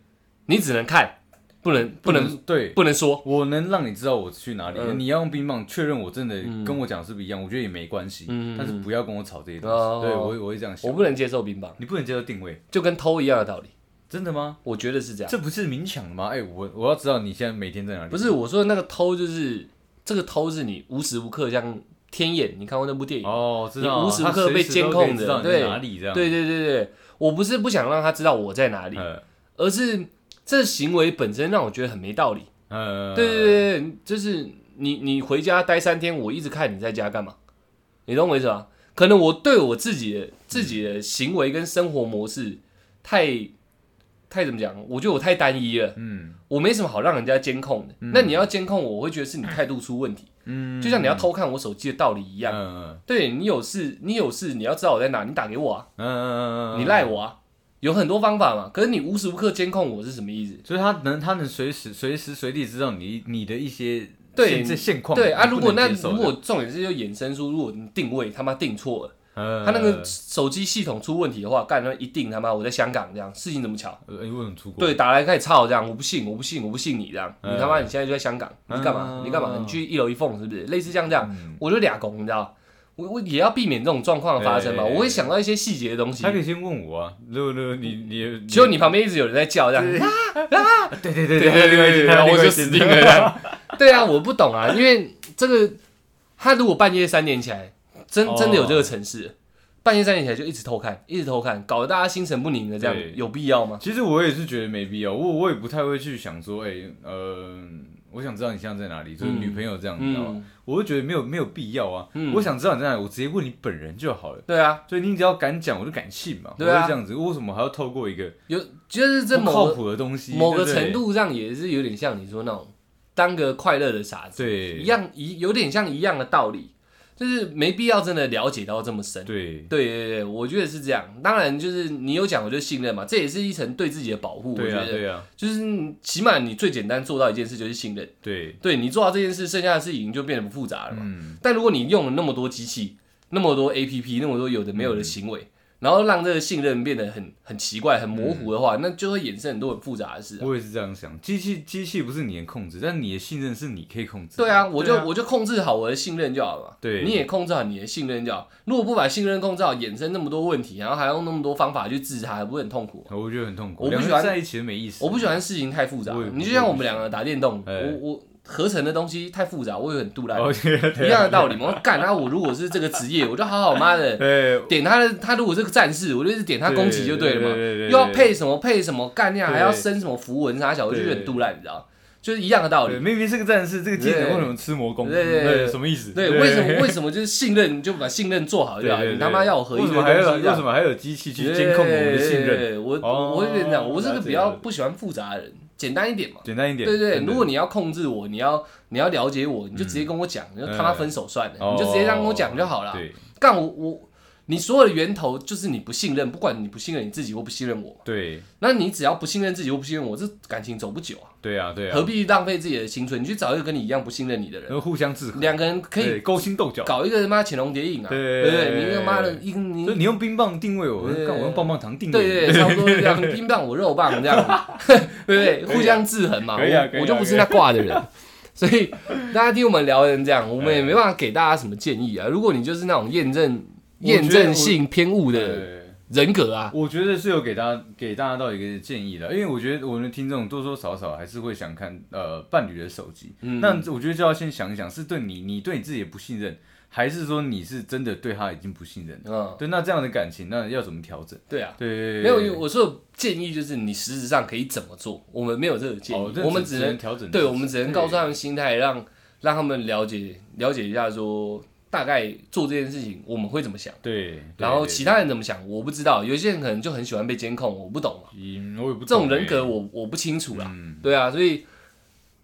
你只能看，不嗯能呃不能对。不能说，我能让你知道我去哪里，嗯你要用冰棒确认我真的跟我讲是不是一样，我觉得也没关系，嗯但是不要跟我吵这些东哦西。对我会我会这样想我，不能接受冰棒，你不能接受定位，就跟偷一样的道理，真的吗？我觉得是这样。这不是勉强吗？哎，我我要知道你现在每天在哪里。不是我说的那个偷，就是这个偷是你无时无刻像天眼，你看过那部电影？哦，知道你无时无刻被监控的他随时都可以知道你在对哪里这样。对对对对，我不是不想让他知道我在哪里，呃，而是这行为本身让我觉得很没道理。呃，对对对对，就是你你回家待三天，我一直看你在家干嘛？你懂我意思吧？可能我对我自己的自己的行为跟生活模式太太怎么讲？我觉得我太单一了，嗯我没什么好让人家监控的。那你要监控我，我会觉得是你态度出问题，嗯，就像你要偷看我手机的道理一一样。嗯对你有事，你有事，你要知道我在哪，你打给我啊，嗯嗯，你赖，我啊，有很多方法嘛。可是你无时无刻监控我是什么意思？所以他能他能随时随时随地知道你你的一些对现这现况。对啊，你如不果能那接受如果重点是就衍生出，如果你定位他妈定错了，呃他那个手机系统出问题的话，干他妈一定他妈我在香港这样，事情怎么巧？呃你为什么出国？对，打来开始吵这样，我不信，我不信，我不信你这样，嗯你他妈你现在就在香港，你干嘛嗯？你干嘛？你去一楼一凤是不是？类似像这样嗯，我就俩拱，你知道。我我也要避免这种状况的发生嘛，哎我会想到一些细节的东西他。可以先问我啊，如果如果你你，结果你旁边一直有人在叫这样，对对对对对对对，我就死定了。这样。 对啊，我不懂啊，因为这个他如果半夜三点起来，真哦真的有这个城市，半夜三点起来就一直偷看，一直偷看，搞得大家心神不宁的，这样对有必要吗？ 其实我也是觉得没必要，我我也不太会去想说，哎、呃，我想知道你现在在哪里，就是嗯女朋友这样，你知道吗？嗯，我会觉得没有没有必要啊。嗯我想知道你在哪里，我直接问你本人就好了。对啊，所以你只要敢讲，我就敢信嘛。对啊我会这样子，为什么还要透过一个有就是这不靠某谱的东西？某个对不对程，度上也是有点像你说那种当个快乐的傻子，对一样一有点像一样的道理，就是没必要真的了解到这么深。对对对对，我觉得是这样。当然，就是你有讲，我就信任嘛，这也是一层对自己的保护。对我啊觉得对啊就是你起码你最简单做到一件事就是信任，对，对你做到这件事，剩下的事情就变得不复杂了嘛。嗯，但如果你用了那么多机器、那么多 APP、那么多有的没有的行嗯为，然后让这个信任变得很很奇怪、很模糊的嗯话，那就会衍生很多很复杂的事啊、我也是这样想。机器机器不是你能控制，但你的信任是你可以控制的。对啊，我就、对啊我就控制好我的信任就好了嘛。对你也控制好你的信任就好。如果不把信任控制好，衍生那么多问题，然后还用那么多方法去治它，不是很痛苦吗？我觉得很痛苦。我不两个喜人欢在一起没意思。我不喜欢事情太复杂啊我也。你就像我们两个打电动，哎我我合成的东西太复杂，我也很杜烂。哦， 对一样的道理嘛。我干他，我如果是这个职业，我就好好妈 的对，点他的，他如果是个战士，我就是点他攻击就对了嘛。又又要配什么配什么干那样，对还要升什么符文啥小，我就觉得很杜烂，你知道吗？就是一样的道对，理。明明是个战士，这个技能对为什么吃魔攻？对对对什么意思？对，为什么为什么就是信任你就把信任做好就好？对对啊你他妈要我合一为堆东什么还有西为这样什么还有机器去监控我们的信对对任？对对我哦我是这样，我是个比较了解不喜欢复杂的人，简单一点嘛。简单一点，对对，真的如果你要控制我，你要你要了解我，你就直接跟我讲，你就他妈分手算了，哦你就直接这样跟我讲就好了。对干我我，你所有的源头就是你不信任，不管你不信任你自己或不信任我，对那你只要不信任自己或不信任我，这感情走不久啊，对啊对啊何，必浪费自己的青春？你去找一个跟你一样不信任你的人，然后互相制衡，两个人可以对勾心斗角。搞一个他妈潜龙谍影啊，对对对不对对？你他妈的对一个你就。你用冰棒定位我，对看我用棒棒糖定位对你。 对，对差不多是这样，冰棒我肉棒这样，对不对？互相制衡嘛，可以啊可我以啊啊我就不是那挂的人， 所以大家听我们聊成这样，我们也没办法给大家什么建议啊。如果你就是那种验证我觉得我验证性偏误的 对人格啊，我觉得是有给大家给大家到一个建议的，因为我觉得我们的听众多多少少还是会想看呃伴侣的手机，嗯那我觉得就要先想一想，是对你你对你自己的不信任，还是说你是真的对他已经不信任了？嗯，对，那这样的感情，那要怎么调整？对啊，对，没有，我说的建议就是你实质上可以怎么做，我们没有这个建哦议，这我们只只能调整自己，对，我们只能告诉他们心态，让让他们了解了解一下说。大概做这件事情，我们会怎么想？对，对然后其他人怎么想，我不知道。有些人可能就很喜欢被监控，我不懂嘛。啊嗯，我也不这种懂人欸格我我不清楚啦。嗯对啊，所以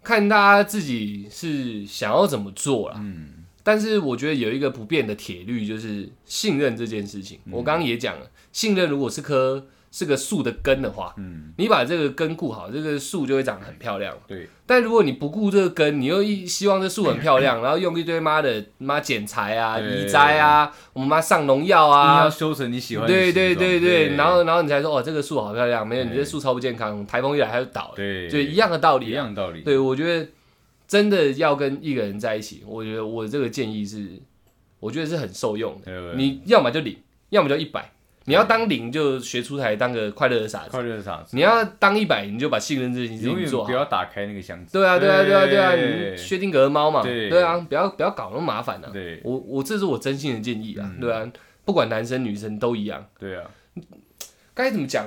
看大家自己是想要怎么做啦。嗯，但是我觉得有一个不变的铁律就是信任这件事情。嗯我刚刚也讲了，信任如果是棵是个树的根的话，嗯，你把这个根顾好，这个树就会长得很漂亮。对，但如果你不顾这个根，你又一希望这树很漂亮，然后用一堆妈的妈剪裁啊、哎对移栽啊，我们妈上农药硬啊要，修成你喜欢的对形状。对对对，对，然后然后你才说哦，这个树好漂亮，没有你对这树超不健康，台风一来它就倒了，对就一样的道一理啊。样道理。对，我觉得真的要跟一个人在一起，我觉得我这个建议是，我觉得是很受用的。对，你要么就零，要么就一百。你要当零就学出台当个快乐的傻子，快乐啥子？你要当一百你就把信任这件事永情远做好不。要打开那个箱子。对啊，对啊，对啊，对啊，你对薛定谔的猫嘛，对对啊，不要不要搞那么麻烦啊。对嗯我我这是我真心的建议啊，对啊，不管男生女生都一样。对啊，该怎么讲？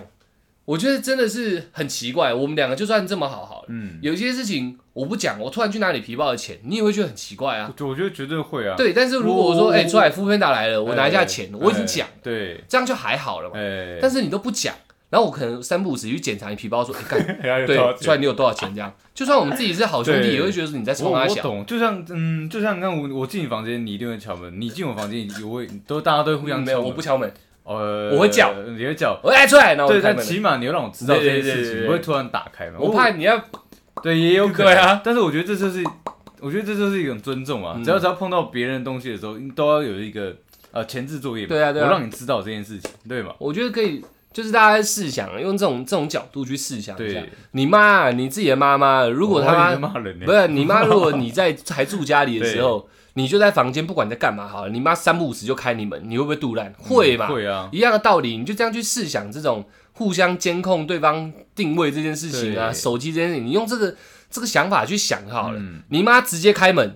我觉得真的是很奇怪，我们两个就算这么好好了，嗯，有些事情我不讲，我突然去拿你皮包的钱，你也会觉得很奇怪啊。我我觉得绝对会啊。对，但是如果我说，我哎、出来副片打来了，我哎，拿一下钱，我已经讲哎，。对，这样就还好了嘛。哎，但是你都不讲，然后我可能三不五时去检查你皮包，说，哎、 干，然后就对，到出来你有多少钱？这啊样，就算我们自己是好兄弟，对也会觉得说你在冲我他我小。懂，就像嗯，就像你看我我进你房间，你一定会敲门；你进我房间，我也都大家都会互相嗯没有，敲我门不。敲门，呃，我会叫，你会叫。我哎出来，然后我对，就开但门了。起码你要让我知道这对对对件对事对情，不会突然打开嘛。我怕你要对，也有可能对啊。但是我觉得这就是，我觉得这就是一种尊重啊。嗯只要只要碰到别人的东西的时候，你都要有一个呃前置作业嘛。对啊对啊我让你知道这件事情，对嘛？我觉得可以，就是大家试想，用这种这种角度去试想一下对，你妈啊，你自己的妈妈，如果我还以他为妈骂人呢，不是你妈， 如果你在还住家里的时候，你就在房间，不管你在干嘛好了，你妈三不五时就开你门，你会不会杜烂？会嘛，会啊，一样的道理，你就这样去试想这种互相监控对方定位这件事情啊，对手机这件事情，你用这个这个想法去想好了，嗯你妈直接开门，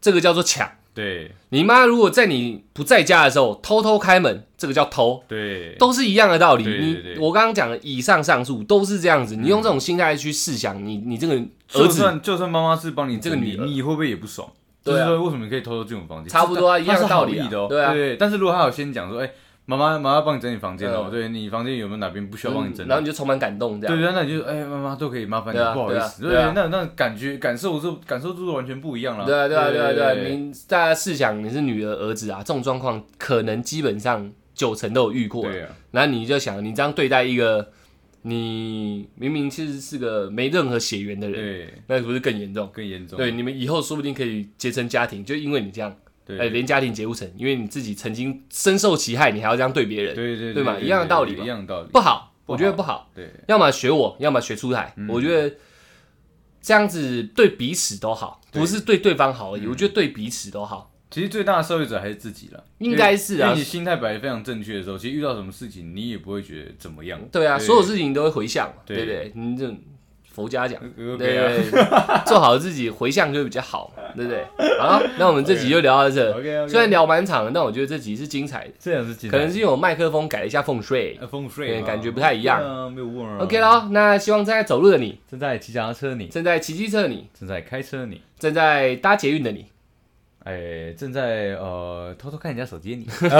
这个叫做抢。对你妈如果在你不在家的时候偷偷开门，这个叫偷。对，都是一样的道理。对对对嗯你我刚刚讲的以上上述都是这样子，你用这种心态去试想，你你这个儿就子算就算妈妈是帮你这个整女理儿你会不会也不爽？就对是啊说为什么你可以偷偷进我房间？差不多啊这一样的她是好道理啊意的哦。对啊对，但是如果他有先讲说，哎，妈妈妈妈帮你整理房间哦嗯，对你房间有没有哪边不需要帮你整嗯理然？后你就充满感动这对样。对，那你就哎，妈妈都可以，麻烦你对啊不好意思。对啊那那感觉感受是感受就是完全不一样了。对啊，对啊，对啊，对啊！你大家试想，你是女儿、儿子啊，这种状况可能基本上九成都有遇过。对啊，然后你就想，你这样对待一个你明明其实是个没任何血缘的人，对，那是不是更严重？更严重。对，你们以后说不定可以结成家庭，就因为你这样，对哎，连家庭结不成，因为你自己曾经深受其害，你还要这样对别人。对对对嘛一样的道理嘛一样的道理。不好，不我好觉得不好。对要么学我，要么学出海。嗯我觉得这样子对彼此都好，对嗯不是对对方好而已。我觉得对彼此都好。其实最大的受益者还是自己了，应该是啊因为因为你心态摆得非常正确的时候，其实遇到什么事情你也不会觉得怎么样。对啊，所有事情都会回向嘛，对对不对？你这种佛家讲，有对对啊对，对做好自己回向就会比较好 嘛，对不对？好，那我们这集就聊到这。 ，OK 虽然聊蛮长的，但我觉得这集是精彩的，这样是精可彩能是因为我麦克风改了一下风水呃风水对嘛感觉不太一样对啊，没有问啊。 OK，咯，那希望正在走路的你，正在骑脚踏车的你，正在骑机车的你，正在开车的你，正在搭捷运的你，哎，正在呃偷偷看人家手机的你，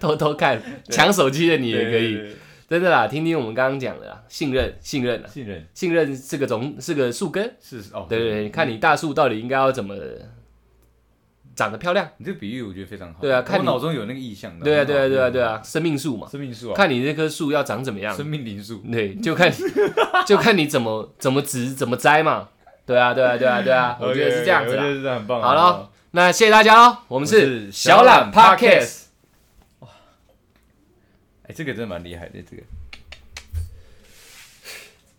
偷偷看抢手机的你也可以。对，对真的啦，听听我们刚刚讲的啦，信任，信任对啊，信任信任是个种，是个树根，是哦，对对对，看你大树到底应该要怎么长得漂亮，你这个比喻我觉得非常好。对啊看我你脑中有那个意象的。对啊对啊对啊对啊，啊，生命树嘛，生命树啊，看你这棵树要长怎么样，生命灵树，对，就看就看你怎么怎么植怎么栽嘛，对啊对啊对啊对啊，我觉得是这样子 OK，OK，啦我觉得。是这样很棒啊。好了，那谢谢大家喽，我我们是小懒 Podcast。哇，哎，这个真的蛮厉害的，这个